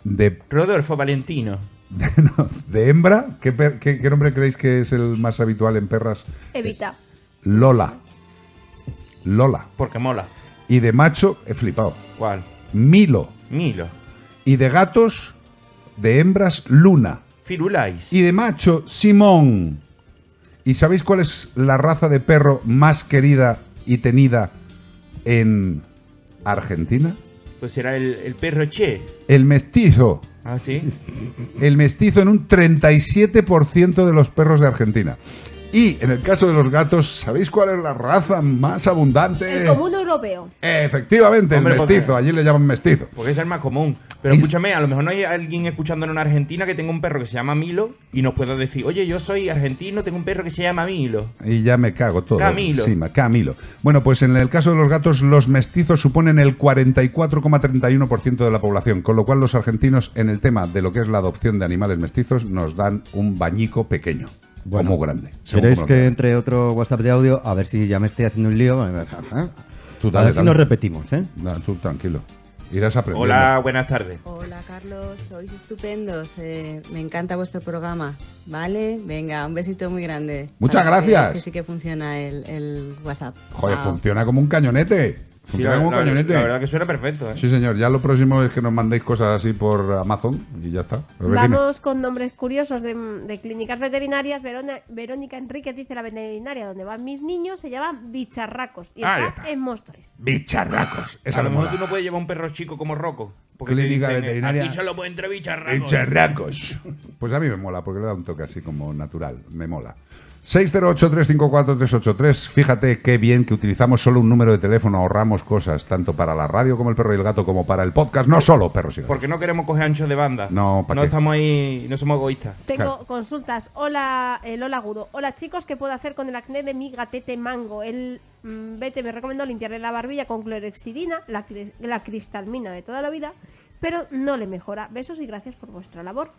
Speaker 4: De,
Speaker 5: Rodolfo Valentino.
Speaker 4: de, no, de hembra, ¿qué, per- qué- qué nombre creéis que es el más habitual en perras?
Speaker 3: Evita.
Speaker 4: Lola. Lola.
Speaker 5: Porque mola.
Speaker 4: Y de macho, he flipado.
Speaker 5: ¿Cuál?
Speaker 4: Milo.
Speaker 5: Milo.
Speaker 4: Y de gatos, de hembras, Luna.
Speaker 5: Firulais.
Speaker 4: Y de macho, Simón. ¿Y sabéis cuál es la raza de perro más querida y tenida en Argentina?
Speaker 5: Pues será el, el perro Che.
Speaker 4: El mestizo.
Speaker 5: Ah, sí.
Speaker 4: El mestizo en un 37% de los perros de Argentina. Y en el caso de los gatos, ¿sabéis cuál es la raza más abundante?
Speaker 3: El común europeo.
Speaker 4: Efectivamente,
Speaker 5: Hombre,
Speaker 4: el
Speaker 5: porque-
Speaker 4: mestizo. Allí le llaman mestizo.
Speaker 5: Porque es el más común. Pero
Speaker 4: Y-
Speaker 5: escúchame, a lo mejor no hay alguien escuchando en una Argentina que tenga un perro que se llama Milo y nos pueda decir, oye, yo soy argentino, tengo un perro que se llama Milo.
Speaker 4: Y ya me cago todo.
Speaker 5: Camilo.
Speaker 4: encima. Camilo. Bueno, pues en el caso de los gatos, los mestizos suponen el 44,31% de la población, con lo cual los argentinos en el tema de lo que es la adopción de animales mestizos nos dan un bañico pequeño.
Speaker 2: Bueno,
Speaker 4: o muy grande. según
Speaker 2: ¿Queréis
Speaker 4: como lo
Speaker 2: que
Speaker 4: quieras.
Speaker 2: entre otro WhatsApp de audio? A ver si ya me estoy haciendo un lío. A ver,
Speaker 4: Tú
Speaker 2: a
Speaker 4: dale,
Speaker 2: ver si
Speaker 4: dale.
Speaker 2: nos repetimos, ¿eh?
Speaker 4: No, tú tranquilo. Irás aprendiendo.
Speaker 5: Hola, buenas tardes.
Speaker 11: Hola Carlos, sois estupendos. eh, me encanta vuestro programa. Vale, venga, un besito muy grande.
Speaker 4: Muchas
Speaker 11: Parece
Speaker 4: gracias.
Speaker 11: Que sí que funciona el, el WhatsApp.
Speaker 4: Joder,
Speaker 11: Chao.
Speaker 4: funciona como un cañonete.
Speaker 5: Ah. Sí,
Speaker 4: Funciona
Speaker 5: la,
Speaker 4: como un
Speaker 5: la-
Speaker 4: cañonete.
Speaker 5: la verdad que suena perfecto, ¿eh?
Speaker 4: Sí, señor. Ya lo próximo es que nos mandéis cosas así por Amazon y ya está. Repetimos.
Speaker 3: Vamos con nombres curiosos de, de clínicas veterinarias. Verona- Verónica Enríquez dice la veterinaria donde van mis niños se llama Bicharracos y
Speaker 8: Ah, ya
Speaker 3: está,
Speaker 8: está.
Speaker 3: en Móstoles.
Speaker 8: Bicharracos.
Speaker 5: a
Speaker 8: Esa
Speaker 5: lo
Speaker 8: lo
Speaker 5: mejor
Speaker 8: mola.
Speaker 5: tú no puedes llevar un perro chico como Rocco. Porque te
Speaker 4: Clínica
Speaker 5: dicen, eh,
Speaker 4: Veterinaria.
Speaker 5: Aquí solo puede entrevistar
Speaker 4: En
Speaker 5: charracos.
Speaker 4: charracos. Pues a mí me mola, porque le da un toque así como natural. Me mola. 608-354-383. Fíjate qué bien que utilizamos solo un número de teléfono, ahorramos cosas, tanto para la radio como el perro y el gato, como para el podcast. No solo perros y gatos.
Speaker 5: Porque no queremos coger ancho de banda.
Speaker 4: No, ¿pa'
Speaker 5: No
Speaker 4: qué?
Speaker 5: estamos ahí, no somos egoístas.
Speaker 3: Tengo consultas. Hola, el hola agudo. Hola chicos, ¿qué puedo hacer con el acné de mi gatete mango? El mm, vete me recomendó limpiarle la barbilla con clorexidina, la, cri- la cristalmina de toda la vida, pero no le mejora. Besos y gracias por vuestra labor.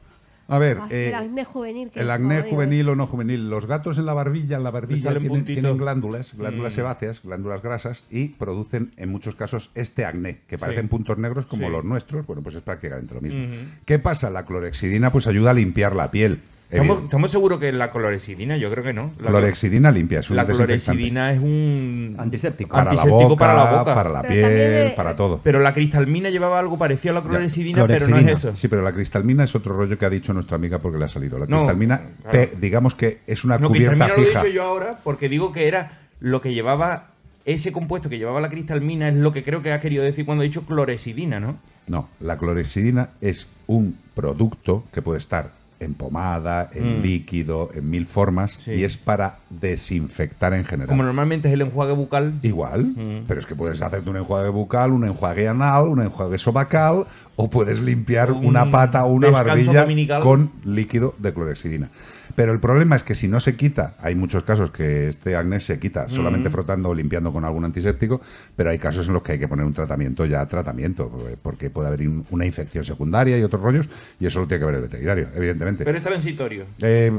Speaker 4: A ver,
Speaker 3: Ay,
Speaker 4: eh,
Speaker 3: el acné juvenil. que
Speaker 4: el
Speaker 3: es,
Speaker 4: acné
Speaker 3: como digo, ¿eh?
Speaker 4: juvenil o no juvenil. Los gatos en la barbilla, en la barbilla
Speaker 5: salen
Speaker 4: tienen,
Speaker 5: puntitos.
Speaker 4: tienen glándulas, glándulas
Speaker 5: Mm.
Speaker 4: sebáceas, glándulas grasas y producen en muchos casos este acné, que parecen
Speaker 5: Sí.
Speaker 4: puntos negros como
Speaker 5: Sí.
Speaker 4: los nuestros. Bueno, pues es prácticamente lo mismo.
Speaker 5: Ujú.
Speaker 4: ¿Qué pasa? La clorexidina pues ayuda a limpiar la piel.
Speaker 5: ¿Estamos,
Speaker 4: Evidente-
Speaker 5: estamos seguros que la clorexidina? Yo creo que no. La
Speaker 4: clorexidina limpia, es un
Speaker 5: La
Speaker 4: desinfectante.
Speaker 5: clorexidina es un
Speaker 2: Antiséptico.
Speaker 4: Para la
Speaker 5: antiséptico
Speaker 4: boca,
Speaker 5: para la boca.
Speaker 4: para la
Speaker 3: Pero también
Speaker 4: piel,
Speaker 3: de-
Speaker 4: para todo.
Speaker 5: Pero la cristalmina llevaba algo parecido a la clorexidina, pero no es eso.
Speaker 4: Sí, pero la cristalmina es otro rollo que ha dicho nuestra amiga porque le ha salido. La
Speaker 5: No,
Speaker 4: cristalmina,
Speaker 5: claro.
Speaker 4: pe- digamos que es una
Speaker 5: No,
Speaker 4: cubierta
Speaker 5: cristalmina lo he
Speaker 4: fija.
Speaker 5: dicho yo ahora porque digo que era lo que llevaba ese compuesto que llevaba la cristalmina es lo que creo que ha querido decir cuando he dicho clorexidina, ¿no?
Speaker 4: No, la clorexidina es un producto que puede estar en pomada, en
Speaker 5: Mm.
Speaker 4: líquido, en mil formas,
Speaker 5: Sí.
Speaker 4: y es para desinfectar en general.
Speaker 5: Como normalmente es el enjuague bucal.
Speaker 4: Igual,
Speaker 5: Mm.
Speaker 4: pero es que puedes hacerte un enjuague bucal, un enjuague anal, un enjuague sobacal, o puedes limpiar
Speaker 5: Un
Speaker 4: una pata o una
Speaker 5: descanso
Speaker 4: barbilla
Speaker 5: dominical.
Speaker 4: con líquido de clorexidina. Pero el problema es que si no se quita, hay muchos casos que este acné se quita solamente
Speaker 5: Mm.
Speaker 4: frotando o limpiando con algún antiséptico, pero hay casos en los que hay que poner un tratamiento ya tratamiento, eh, porque puede haber in- una infección secundaria y otros rollos, y eso lo tiene que ver el veterinario, evidentemente.
Speaker 5: Pero es transitorio.
Speaker 4: Eh,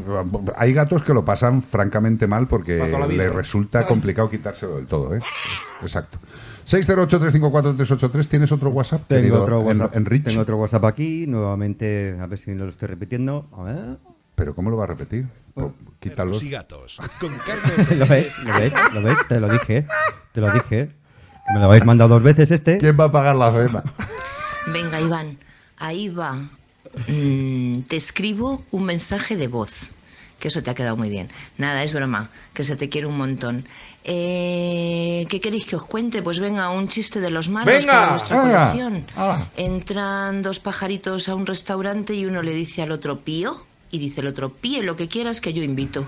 Speaker 4: hay gatos que lo pasan francamente mal porque
Speaker 5: Para toda la vida,
Speaker 4: les
Speaker 5: ¿eh?
Speaker 4: resulta complicado quitárselo del todo. ¿eh? Exacto. 608-354-383. ¿Tienes otro WhatsApp?
Speaker 2: Tengo
Speaker 4: querido
Speaker 2: otro,
Speaker 4: En-
Speaker 2: WhatsApp,
Speaker 4: Enrich?
Speaker 2: tengo otro WhatsApp aquí, nuevamente, a ver si lo estoy repitiendo. A ver.
Speaker 4: ¿Pero cómo lo va a repetir? Po- Quítalo.
Speaker 1: Perros y gatos. Con Carlos
Speaker 2: ¿Lo ves?
Speaker 1: Rodríguez.
Speaker 2: ¿Lo ves? ¿Lo ves? Te lo dije, ¿eh? te lo dije. ¿eh? Que me lo habéis mandado dos veces este.
Speaker 4: ¿Quién va a pagar la cena?
Speaker 12: Venga, Iván, ahí va. Mm, te escribo un mensaje de voz, que eso te ha quedado muy bien. Nada, es broma, que se te quiere un montón. Eh, ¿Qué queréis que os cuente? Pues venga, un chiste de los malos
Speaker 5: Venga,
Speaker 12: para
Speaker 4: Ah,
Speaker 12: vuestra
Speaker 5: venga,
Speaker 12: colección.
Speaker 5: ala.
Speaker 12: Entran dos pajaritos a un restaurante y uno le dice al otro pío, y dice el otro píe lo que quieras que yo invito.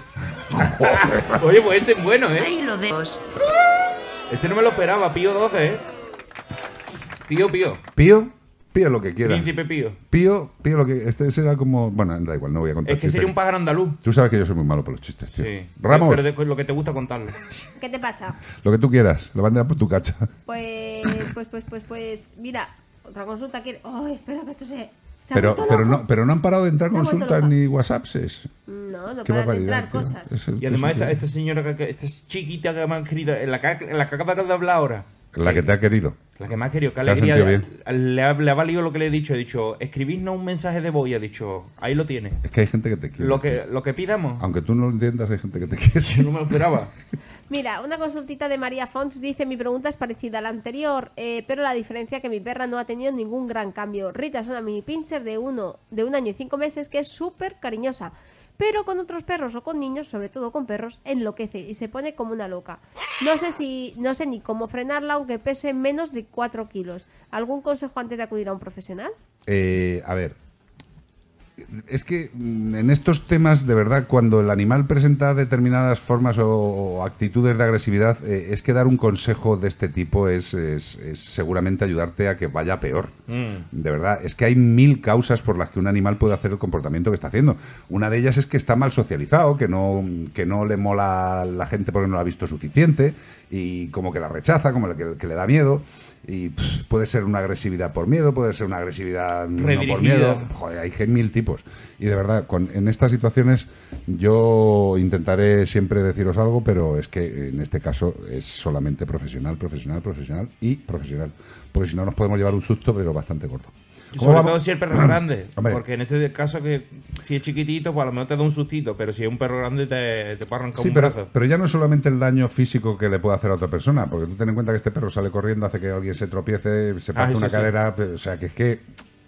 Speaker 5: Oye, pues este es bueno, ¿eh?
Speaker 12: Ahí lo dejo.
Speaker 5: Este no me lo esperaba, Pío 12, ¿eh? Pío, Pío.
Speaker 4: ¿Pío? Pío lo que quiera.
Speaker 5: Príncipe Pío.
Speaker 4: Pío, pío lo que... Este será como... Bueno, da igual, no voy a contar
Speaker 5: Es que sería
Speaker 4: chistes.
Speaker 5: un pájaro andaluz.
Speaker 4: Tú sabes que yo soy muy malo para los chistes, tío.
Speaker 5: Sí.
Speaker 4: Ramos,
Speaker 5: Pero de- lo que te gusta contarlo.
Speaker 3: ¿Qué te pacha?
Speaker 4: lo que tú quieras. La bandera por tu cacha.
Speaker 3: Pues, pues, pues, pues, pues, mira, otra consulta que. Ay, espera, que esto se. se ha
Speaker 4: Pero,
Speaker 3: vuelto
Speaker 4: pero,
Speaker 3: loco.
Speaker 4: no, pero no han parado de entrar
Speaker 3: Se ha vuelto
Speaker 4: consultas
Speaker 3: loca.
Speaker 4: ni WhatsApps.
Speaker 3: No,
Speaker 4: Qué
Speaker 3: no paran de
Speaker 4: barbaridad,
Speaker 3: entrar
Speaker 4: tío.
Speaker 3: cosas.
Speaker 4: Es el-
Speaker 5: Y además
Speaker 4: es el-
Speaker 5: esta, esta señora, que- que- esta chiquita que me ha querido, la que, la que acaba de hablar ahora,
Speaker 4: La que te ha querido.
Speaker 5: la que me ha querido, que
Speaker 4: Te has
Speaker 5: alegría,
Speaker 4: sentido
Speaker 5: le, ha, le ha valido lo que le he dicho, he dicho, escribidnos un mensaje de voz y ha dicho, ahí lo tiene.
Speaker 4: Es que hay gente que te quiere.
Speaker 5: Lo que, lo que pidamos,
Speaker 4: Aunque tú no lo entiendas, hay gente que te quiere.
Speaker 5: yo no me lo esperaba.
Speaker 3: Mira, una consultita de María Fons dice: Mi pregunta es parecida a la anterior, eh, pero la diferencia es que mi perra no ha tenido ningún gran cambio. Rita es una mini pincher de, uno, de un año y cinco meses que es súper cariñosa, pero con otros perros o con niños, sobre todo con perros, enloquece y se pone como una loca. No sé, si, no sé ni cómo frenarla, aunque pese menos de 4 kilos. ¿Algún consejo antes de acudir a un profesional?
Speaker 4: Eh, a ver. Es que mm, en estos temas, de verdad, cuando el animal presenta determinadas formas o, o actitudes de agresividad, eh, es que dar un consejo de este tipo es, es- es seguramente ayudarte a que vaya peor. De verdad, es que hay mil causas por las que un animal puede hacer el comportamiento que está haciendo. Una de ellas es que está mal socializado, que no, que no le mola a la gente porque no la ha visto suficiente y como que la rechaza, como que, que le da miedo. Y pff, puede ser una agresividad por miedo, puede ser una agresividad no por
Speaker 5: Redirigida.
Speaker 4: miedo. Joder, hay que- mil tipos. Y de verdad, con- en estas situaciones yo intentaré siempre deciros algo, pero es que en este caso es solamente profesional, profesional, profesional y profesional. Porque si no nos podemos llevar un susto, pero bastante corto. ¿Cómo
Speaker 5: Sobre
Speaker 4: vamos?
Speaker 5: todo si el perro es grande,
Speaker 4: Hombre.
Speaker 5: porque en este caso que si es chiquitito, pues a lo mejor te da un sustito, pero si es un perro grande te, te puede arrancar
Speaker 4: Sí,
Speaker 5: un
Speaker 4: pero,
Speaker 5: brazo.
Speaker 4: pero ya no es solamente el daño físico que le puede hacer a otra persona, porque tú ten en cuenta que este perro sale corriendo, hace que alguien se tropiece, se
Speaker 5: Ah,
Speaker 4: parte
Speaker 5: eso
Speaker 4: una
Speaker 5: sí.
Speaker 4: cadera, pero, o sea, que es que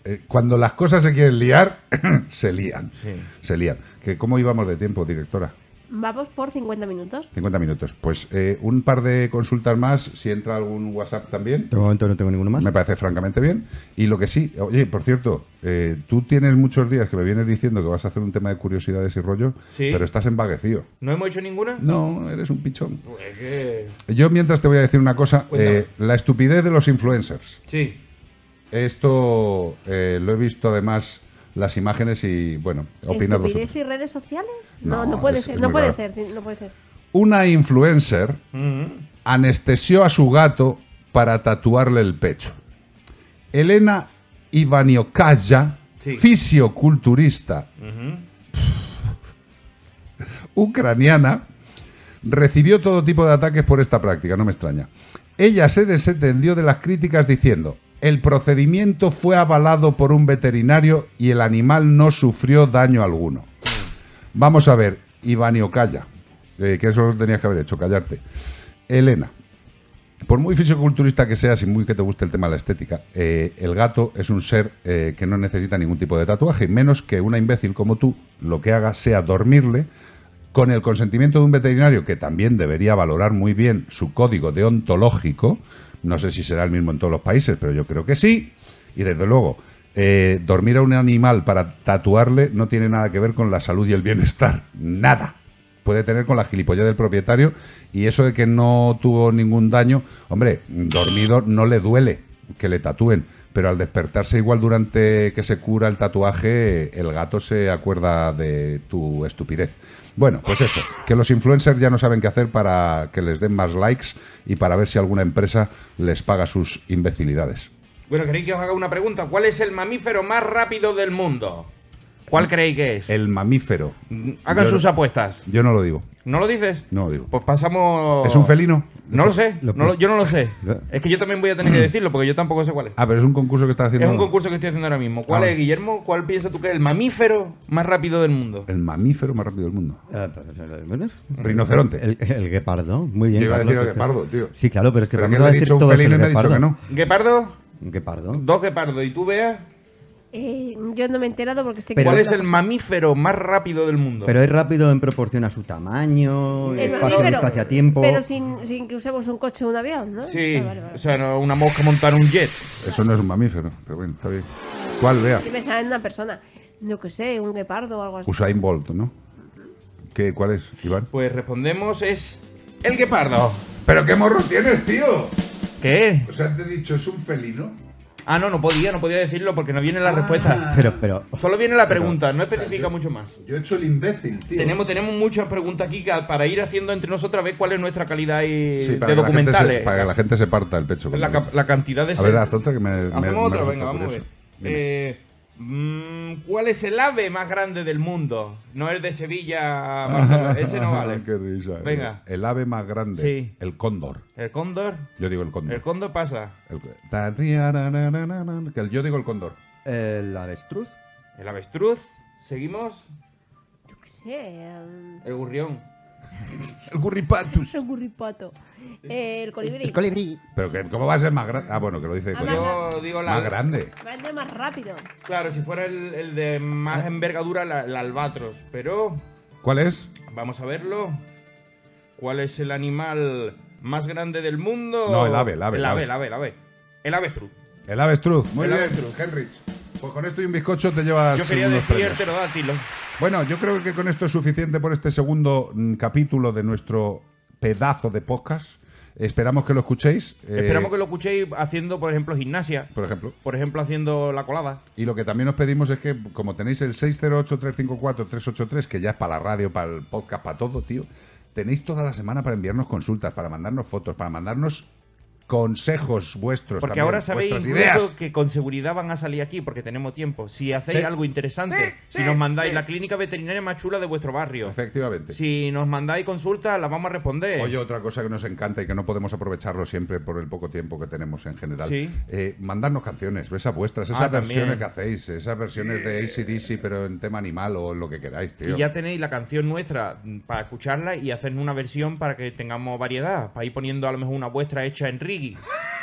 Speaker 4: eh, cuando las cosas se quieren liar, se lían.
Speaker 5: Sí.
Speaker 4: Se lían. Que ¿Cómo íbamos de tiempo, directora?
Speaker 3: Vamos por 50 minutos.
Speaker 4: 50 minutos. Pues eh, un par de consultas más, si entra algún WhatsApp también.
Speaker 2: De momento no tengo ninguno más.
Speaker 4: Me parece francamente bien. Y lo que sí, oye, por cierto, eh, tú tienes muchos días que me vienes diciendo que vas a hacer un tema de curiosidades y rollo,
Speaker 5: Sí.
Speaker 4: pero estás embaguecido.
Speaker 5: ¿No hemos hecho ninguna?
Speaker 4: Mm. No, eres un pichón.
Speaker 5: Pues que...
Speaker 4: Yo mientras te voy a decir una cosa,
Speaker 5: Cuéntame.
Speaker 4: eh, la estupidez de los influencers.
Speaker 5: Sí.
Speaker 4: Esto eh, lo he visto además las imágenes y bueno, opinad vosotros.
Speaker 3: ¿Estupidez y redes sociales? No,
Speaker 4: No,
Speaker 3: no, puede
Speaker 4: es-
Speaker 3: ser,
Speaker 4: es
Speaker 3: no
Speaker 4: muy
Speaker 3: puede
Speaker 4: raro.
Speaker 3: ser, no puede ser.
Speaker 4: Una influencer anestesió a su gato para tatuarle el pecho. Elena Ivaniokaya,
Speaker 5: Sí.
Speaker 4: fisioculturista ucraniana, recibió todo tipo de ataques por esta práctica, no me extraña. Ella se desentendió de las críticas diciendo, el procedimiento fue avalado por un veterinario y el animal no sufrió daño alguno. Vamos a ver, Ivanio, calla. Eh, que eso lo tenías que haber hecho, callarte. Elena, por muy fisioculturista que seas y muy que te guste el tema de la estética, eh, el gato es un ser eh, que no necesita ningún tipo de tatuaje, y menos que una imbécil como tú lo que haga sea dormirle con el consentimiento de un veterinario que también debería valorar muy bien su código deontológico. No sé si será el mismo en todos los países, pero yo creo que sí. Y desde luego, eh, dormir a un animal para tatuarle no tiene nada que ver con la salud y el bienestar. Nada puede tener con la gilipollez del propietario y eso de que no tuvo ningún daño, hombre, dormido no le duele que le tatúen, pero al despertarse igual durante que se cura el tatuaje, el gato se acuerda de tu estupidez. Bueno, pues eso, que los influencers ya no saben qué hacer para que les den más likes y para ver si alguna empresa les paga sus imbecilidades.
Speaker 5: Bueno, queréis que os haga una pregunta. ¿Cuál es el mamífero más rápido del mundo? ¿Cuál creéis que es?
Speaker 4: El mamífero.
Speaker 5: Hagan
Speaker 4: Yo-
Speaker 5: sus apuestas.
Speaker 4: Yo no lo digo,
Speaker 5: ¿No lo dices?
Speaker 4: no lo digo.
Speaker 5: Pues pasamos.
Speaker 4: ¿Es un felino?
Speaker 5: No lo sé.
Speaker 4: Lo-
Speaker 5: no lo- yo no lo sé.
Speaker 4: Ya.
Speaker 5: Es que yo también voy a tener que decirlo porque yo tampoco sé cuál es.
Speaker 4: Ah, pero es un concurso que está haciendo...
Speaker 5: Es un concurso que estoy haciendo ahora mismo. ¿Cuál
Speaker 4: Ah.
Speaker 5: es, Guillermo? ¿Cuál piensas tú que es el mamífero más rápido del mundo?
Speaker 4: El mamífero más rápido del mundo. Mm. Rinoceronte.
Speaker 2: Ah, El, el guepardo. Muy bien.
Speaker 4: Yo iba a decir
Speaker 2: Carlos,
Speaker 4: el guepardo,
Speaker 2: perfecto.
Speaker 4: tío.
Speaker 2: Sí, claro, pero es que
Speaker 4: Pero
Speaker 2: para mí
Speaker 4: que
Speaker 2: lo
Speaker 4: le
Speaker 2: va
Speaker 4: he
Speaker 2: a decir
Speaker 4: dicho un
Speaker 2: todos
Speaker 4: felino y
Speaker 2: el
Speaker 4: me ha dicho
Speaker 2: guepardo.
Speaker 4: que no.
Speaker 5: ¿Guepardo?
Speaker 2: Un guepardo.
Speaker 5: Dos guepardos. ¿Y tú, veas
Speaker 3: Eh, yo no me he enterado porque estoy...
Speaker 5: ¿Cuál
Speaker 3: con
Speaker 5: es
Speaker 3: otras
Speaker 5: el mamífero más rápido del mundo?
Speaker 2: Pero es rápido en proporción a su tamaño,
Speaker 3: El
Speaker 2: espacio,
Speaker 3: mamífero,
Speaker 2: espacio-tiempo.
Speaker 3: Eh, Pero sin, sin que usemos un coche o un avión, ¿no?
Speaker 5: Sí.
Speaker 3: Ah, vale, vale.
Speaker 5: O sea, no, una mosca montar un jet.
Speaker 4: Eso no es un mamífero, pero bueno, está bien. ¿Cuál, Bea?
Speaker 3: Yo pensaba en una persona. No que sé, un guepardo o algo así.
Speaker 4: Usain Bolt, ¿no? ¿Qué, ¿Cuál es, Iván?
Speaker 5: Pues respondemos es. El guepardo.
Speaker 4: ¿Pero qué morro tienes, tío?
Speaker 5: ¿Qué?
Speaker 4: O sea, te he dicho, es un felino.
Speaker 5: Ah, no, no podía, no podía decirlo porque no
Speaker 3: Ah.
Speaker 5: viene la respuesta.
Speaker 2: Pero, pero.
Speaker 5: Solo viene la pregunta, no especifica mucho más.
Speaker 4: Yo he hecho el imbécil, tío.
Speaker 5: Tenemos, tenemos muchas preguntas aquí que- para ir haciendo entre nosotras, a ver cuál es nuestra calidad y-
Speaker 4: Sí, para
Speaker 5: de
Speaker 4: que la gente se-
Speaker 5: documentales.
Speaker 4: para que la gente se parta el pecho. con
Speaker 5: La,
Speaker 4: el-
Speaker 5: cap- la cantidad de...
Speaker 4: A ver,
Speaker 5: ser-
Speaker 4: haz otra que me. me-
Speaker 5: Hacemos
Speaker 4: me
Speaker 5: otra,
Speaker 4: resulta
Speaker 5: venga, vamos a ver.
Speaker 4: curioso.
Speaker 5: Eh, mm, ¿Cuál es el ave más grande del mundo? No el de Sevilla, Barcelona, ese no vale.
Speaker 4: Qué risa. eh.
Speaker 5: Venga.
Speaker 4: El ave más grande.
Speaker 5: Sí.
Speaker 4: El cóndor.
Speaker 5: ¿El cóndor?
Speaker 4: Yo digo el cóndor.
Speaker 5: El cóndor pasa.
Speaker 4: El- ta- ri- a- ra- ra- ra- ra- ra- que el- Yo digo el cóndor.
Speaker 2: El eh, avestruz.
Speaker 5: ¿El avestruz? ¿Seguimos?
Speaker 3: Yo qué sé. um,
Speaker 5: El gurrión.
Speaker 4: El curripatus.
Speaker 3: El gurripato. Eh, el colibrí.
Speaker 4: El colibrí. Pero que, ¿cómo va a ser más grande? Ah, bueno, que lo dice.
Speaker 3: Ah,
Speaker 4: coño.
Speaker 3: más
Speaker 5: Yo digo la...
Speaker 4: Más grande.
Speaker 3: Vaya más rápido.
Speaker 5: Claro, si fuera el, el de más envergadura, la- el albatros. Pero
Speaker 4: ¿Cuál es?
Speaker 5: vamos a verlo. ¿Cuál es el animal más grande del mundo?
Speaker 4: No, el ave, el ave,
Speaker 5: El
Speaker 4: el
Speaker 5: ave,
Speaker 4: ave.
Speaker 5: el ave, el ave. El avestruz.
Speaker 4: El avestruz. Muy
Speaker 5: El
Speaker 4: bien,
Speaker 5: avestruz.
Speaker 4: Henrich. Pues con esto y un bizcocho te llevas.
Speaker 5: Yo quería
Speaker 4: Ah, unos
Speaker 5: decir
Speaker 4: premios. Eh,
Speaker 5: pterodátilo.
Speaker 4: Bueno, yo creo que con esto es suficiente por este segundo mm, capítulo de nuestro pedazo de podcast. Esperamos que lo escuchéis. eh,
Speaker 5: Esperamos que lo escuchéis haciendo, por ejemplo, gimnasia.
Speaker 4: Por ejemplo.
Speaker 5: Por ejemplo, haciendo la colada.
Speaker 4: Y lo que también os pedimos es que, como tenéis el 608-354-383, que ya es para la radio, para el podcast, para todo, tío, tenéis toda la semana para enviarnos consultas, para mandarnos fotos, para mandarnos consejos
Speaker 5: Porque
Speaker 4: vuestros. Pues también,
Speaker 5: ahora sabéis
Speaker 4: vuestras
Speaker 5: incluso
Speaker 4: ideas.
Speaker 5: que con seguridad van a salir aquí porque tenemos tiempo. Si hacéis
Speaker 4: Sí.
Speaker 5: algo interesante, si nos mandáis la clínica veterinaria más chula de vuestro barrio,
Speaker 4: Efectivamente.
Speaker 5: si nos mandáis consultas, las vamos a responder.
Speaker 4: Oye, otra cosa que nos encanta y que no podemos aprovecharlo siempre por el poco tiempo que tenemos en general.
Speaker 5: Sí.
Speaker 4: Eh, mandarnos canciones, esas vuestras, esas
Speaker 5: Ah, también.
Speaker 4: versiones que hacéis, esas versiones de ACDC, pero en tema animal o en lo que queráis, tío.
Speaker 5: Y ya tenéis la canción nuestra mm, para escucharla y hacer una versión para que tengamos variedad. Para ir poniendo a lo mejor una vuestra hecha en Rigi.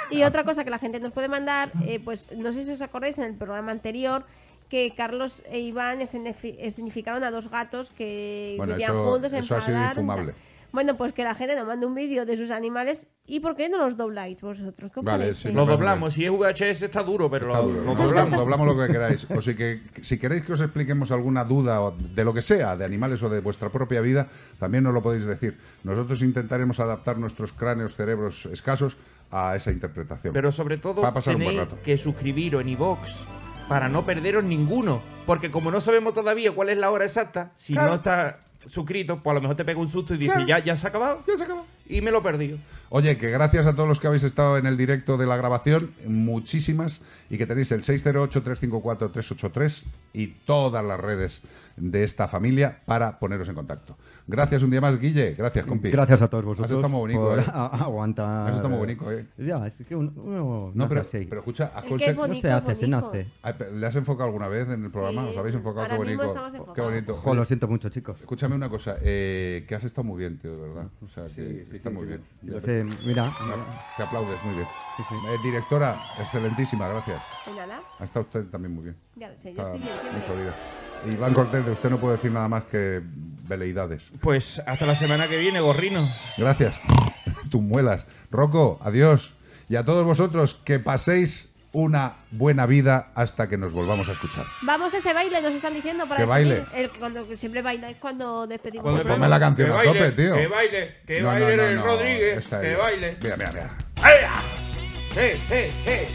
Speaker 3: Y otra cosa que la gente nos puede mandar, eh, pues no sé si os acordáis en el programa anterior que Carlos e Iván escenifi- escenificaron a dos gatos que
Speaker 4: Bueno,
Speaker 3: vivían
Speaker 4: eso-
Speaker 3: juntos en
Speaker 4: eso ha sido infumable.
Speaker 3: Bueno, pues que la gente nos mande un vídeo de sus animales y por qué no los dobláis vosotros. ¿Qué os
Speaker 4: Vale,
Speaker 3: parece?
Speaker 4: sí.
Speaker 5: Lo doblamos. Si es VHS está duro, pero lo, lo
Speaker 4: No,
Speaker 5: doblamos.
Speaker 4: doblamos lo que queráis. O si, que, si queréis que os expliquemos alguna duda o de lo que sea, de animales o de vuestra propia vida, también nos lo podéis decir. Nosotros intentaremos adaptar nuestros cráneos, cerebros escasos a esa interpretación.
Speaker 5: Pero sobre todo
Speaker 4: va a pasar un buen
Speaker 5: tenéis
Speaker 4: rato.
Speaker 5: que suscribiros en iVox para no perderos ninguno. Porque como no sabemos todavía cuál es la hora exacta, si
Speaker 7: Claro.
Speaker 5: no está suscrito, pues a lo mejor te pega un susto y dices,
Speaker 7: Claro.
Speaker 5: ya, ya se ha acabado.
Speaker 7: Ya se acabó.
Speaker 5: Y me lo he perdido.
Speaker 4: Oye, que gracias a todos los que habéis estado en el directo de la grabación, muchísimas, y que tenéis el 608-354-383 y todas las redes de esta familia para poneros en contacto. Gracias un día más, Guille. Gracias, compi.
Speaker 2: Gracias a todos vosotros.
Speaker 4: Has estado muy bonito,
Speaker 2: por
Speaker 4: eh.
Speaker 2: a- a- aguantar.
Speaker 4: Has estado muy bonito, eh.
Speaker 2: Ya, es que uno. uno
Speaker 4: No,
Speaker 2: nace
Speaker 4: pero,
Speaker 2: así.
Speaker 4: pero escucha,
Speaker 2: Es
Speaker 4: has
Speaker 2: que es
Speaker 4: conseguido-
Speaker 2: bonito, No se hace, es se bonito. nace.
Speaker 4: Ay, pero ¿Le has enfocado alguna vez en el programa?
Speaker 3: Sí,
Speaker 4: ¿Os habéis enfocado?
Speaker 3: ahora
Speaker 4: qué
Speaker 3: mismo
Speaker 4: bonito.
Speaker 3: estamos
Speaker 4: Qué
Speaker 3: enfocados.
Speaker 4: bonito.
Speaker 2: Jo, lo siento mucho, chicos.
Speaker 4: Escúchame una cosa, eh, que has estado muy bien, tío, de verdad. O sea, que está muy bien.
Speaker 2: sí, lo sé, mira.
Speaker 4: Te aplaudes, muy bien. Eh, directora, excelentísima, gracias.
Speaker 3: De nada.
Speaker 4: Ha estado usted también muy bien.
Speaker 3: Ya lo sé, yo
Speaker 4: Está
Speaker 3: estoy bien
Speaker 4: muy
Speaker 3: siempre.
Speaker 4: jodida. Iván Cortés, de usted no puedo decir nada más que veleidades.
Speaker 5: Pues hasta la semana que viene, gorrino.
Speaker 4: Gracias. Tus muelas. Rocco, adiós. Y a todos vosotros, que paséis una buena vida hasta que nos volvamos a escuchar.
Speaker 3: Vamos a ese baile, nos están diciendo para
Speaker 4: ¿Qué baile?
Speaker 3: despedir. El, cuando que siempre baila es cuando despedimos.
Speaker 4: Pues
Speaker 3: el
Speaker 4: ponme la canción
Speaker 5: Que
Speaker 4: a
Speaker 5: baile,
Speaker 4: tope, tío.
Speaker 5: que baile, que baile el Rodríguez,
Speaker 4: esta
Speaker 5: que
Speaker 4: es.
Speaker 5: baile.
Speaker 4: Mira, mira, mira.
Speaker 5: ¡Eh, eh, eh!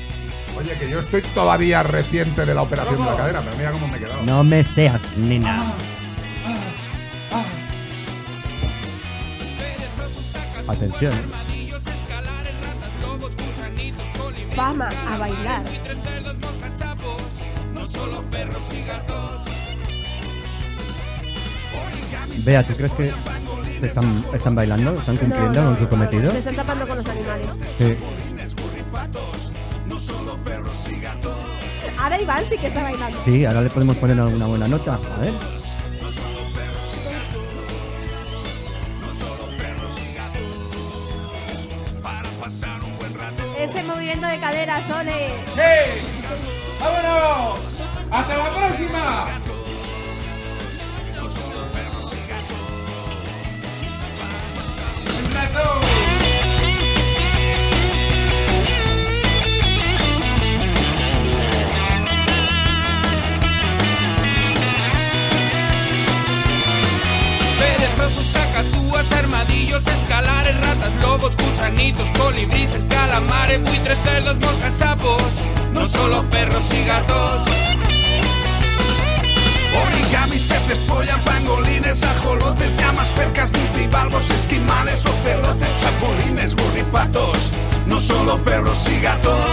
Speaker 4: Oye, que yo estoy todavía reciente de la operación de la cadera, pero mira cómo me he quedado.
Speaker 2: No me seas, nena. Atención.
Speaker 3: Fama a bailar.
Speaker 2: Vea, ¿tú crees que se están, están bailando? ¿Están cumpliendo
Speaker 3: No, no,
Speaker 2: con su
Speaker 3: no,
Speaker 2: cometido?
Speaker 3: Se están tapando con los animales.
Speaker 2: Sí.
Speaker 3: Ahora Iván sí que está bailando.
Speaker 2: Sí, ahora le podemos poner alguna buena nota. ¿eh? A ver.
Speaker 3: Ese movimiento de cadera, Sole.
Speaker 7: ¡Hey! ¡Vámonos! ¡Hasta la próxima!
Speaker 13: Perezosos, cacatúas, armadillos, escalares, ratas, lobos, gusanitos, colibrices, calamares, buitres, cerdos, moscas, sapos, no solo perros y gatos.
Speaker 14: Origamis, peces, polla, pangolines, ajolotes, llamas, percas, bivalvos, esquimales, ocelotes, chapulines, burripatos. No solo perros y gatos.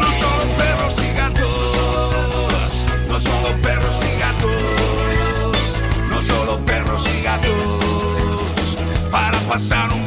Speaker 14: No solo perros y gatos. No solo perros y gatos. No solo perros y gatos. Para pasar un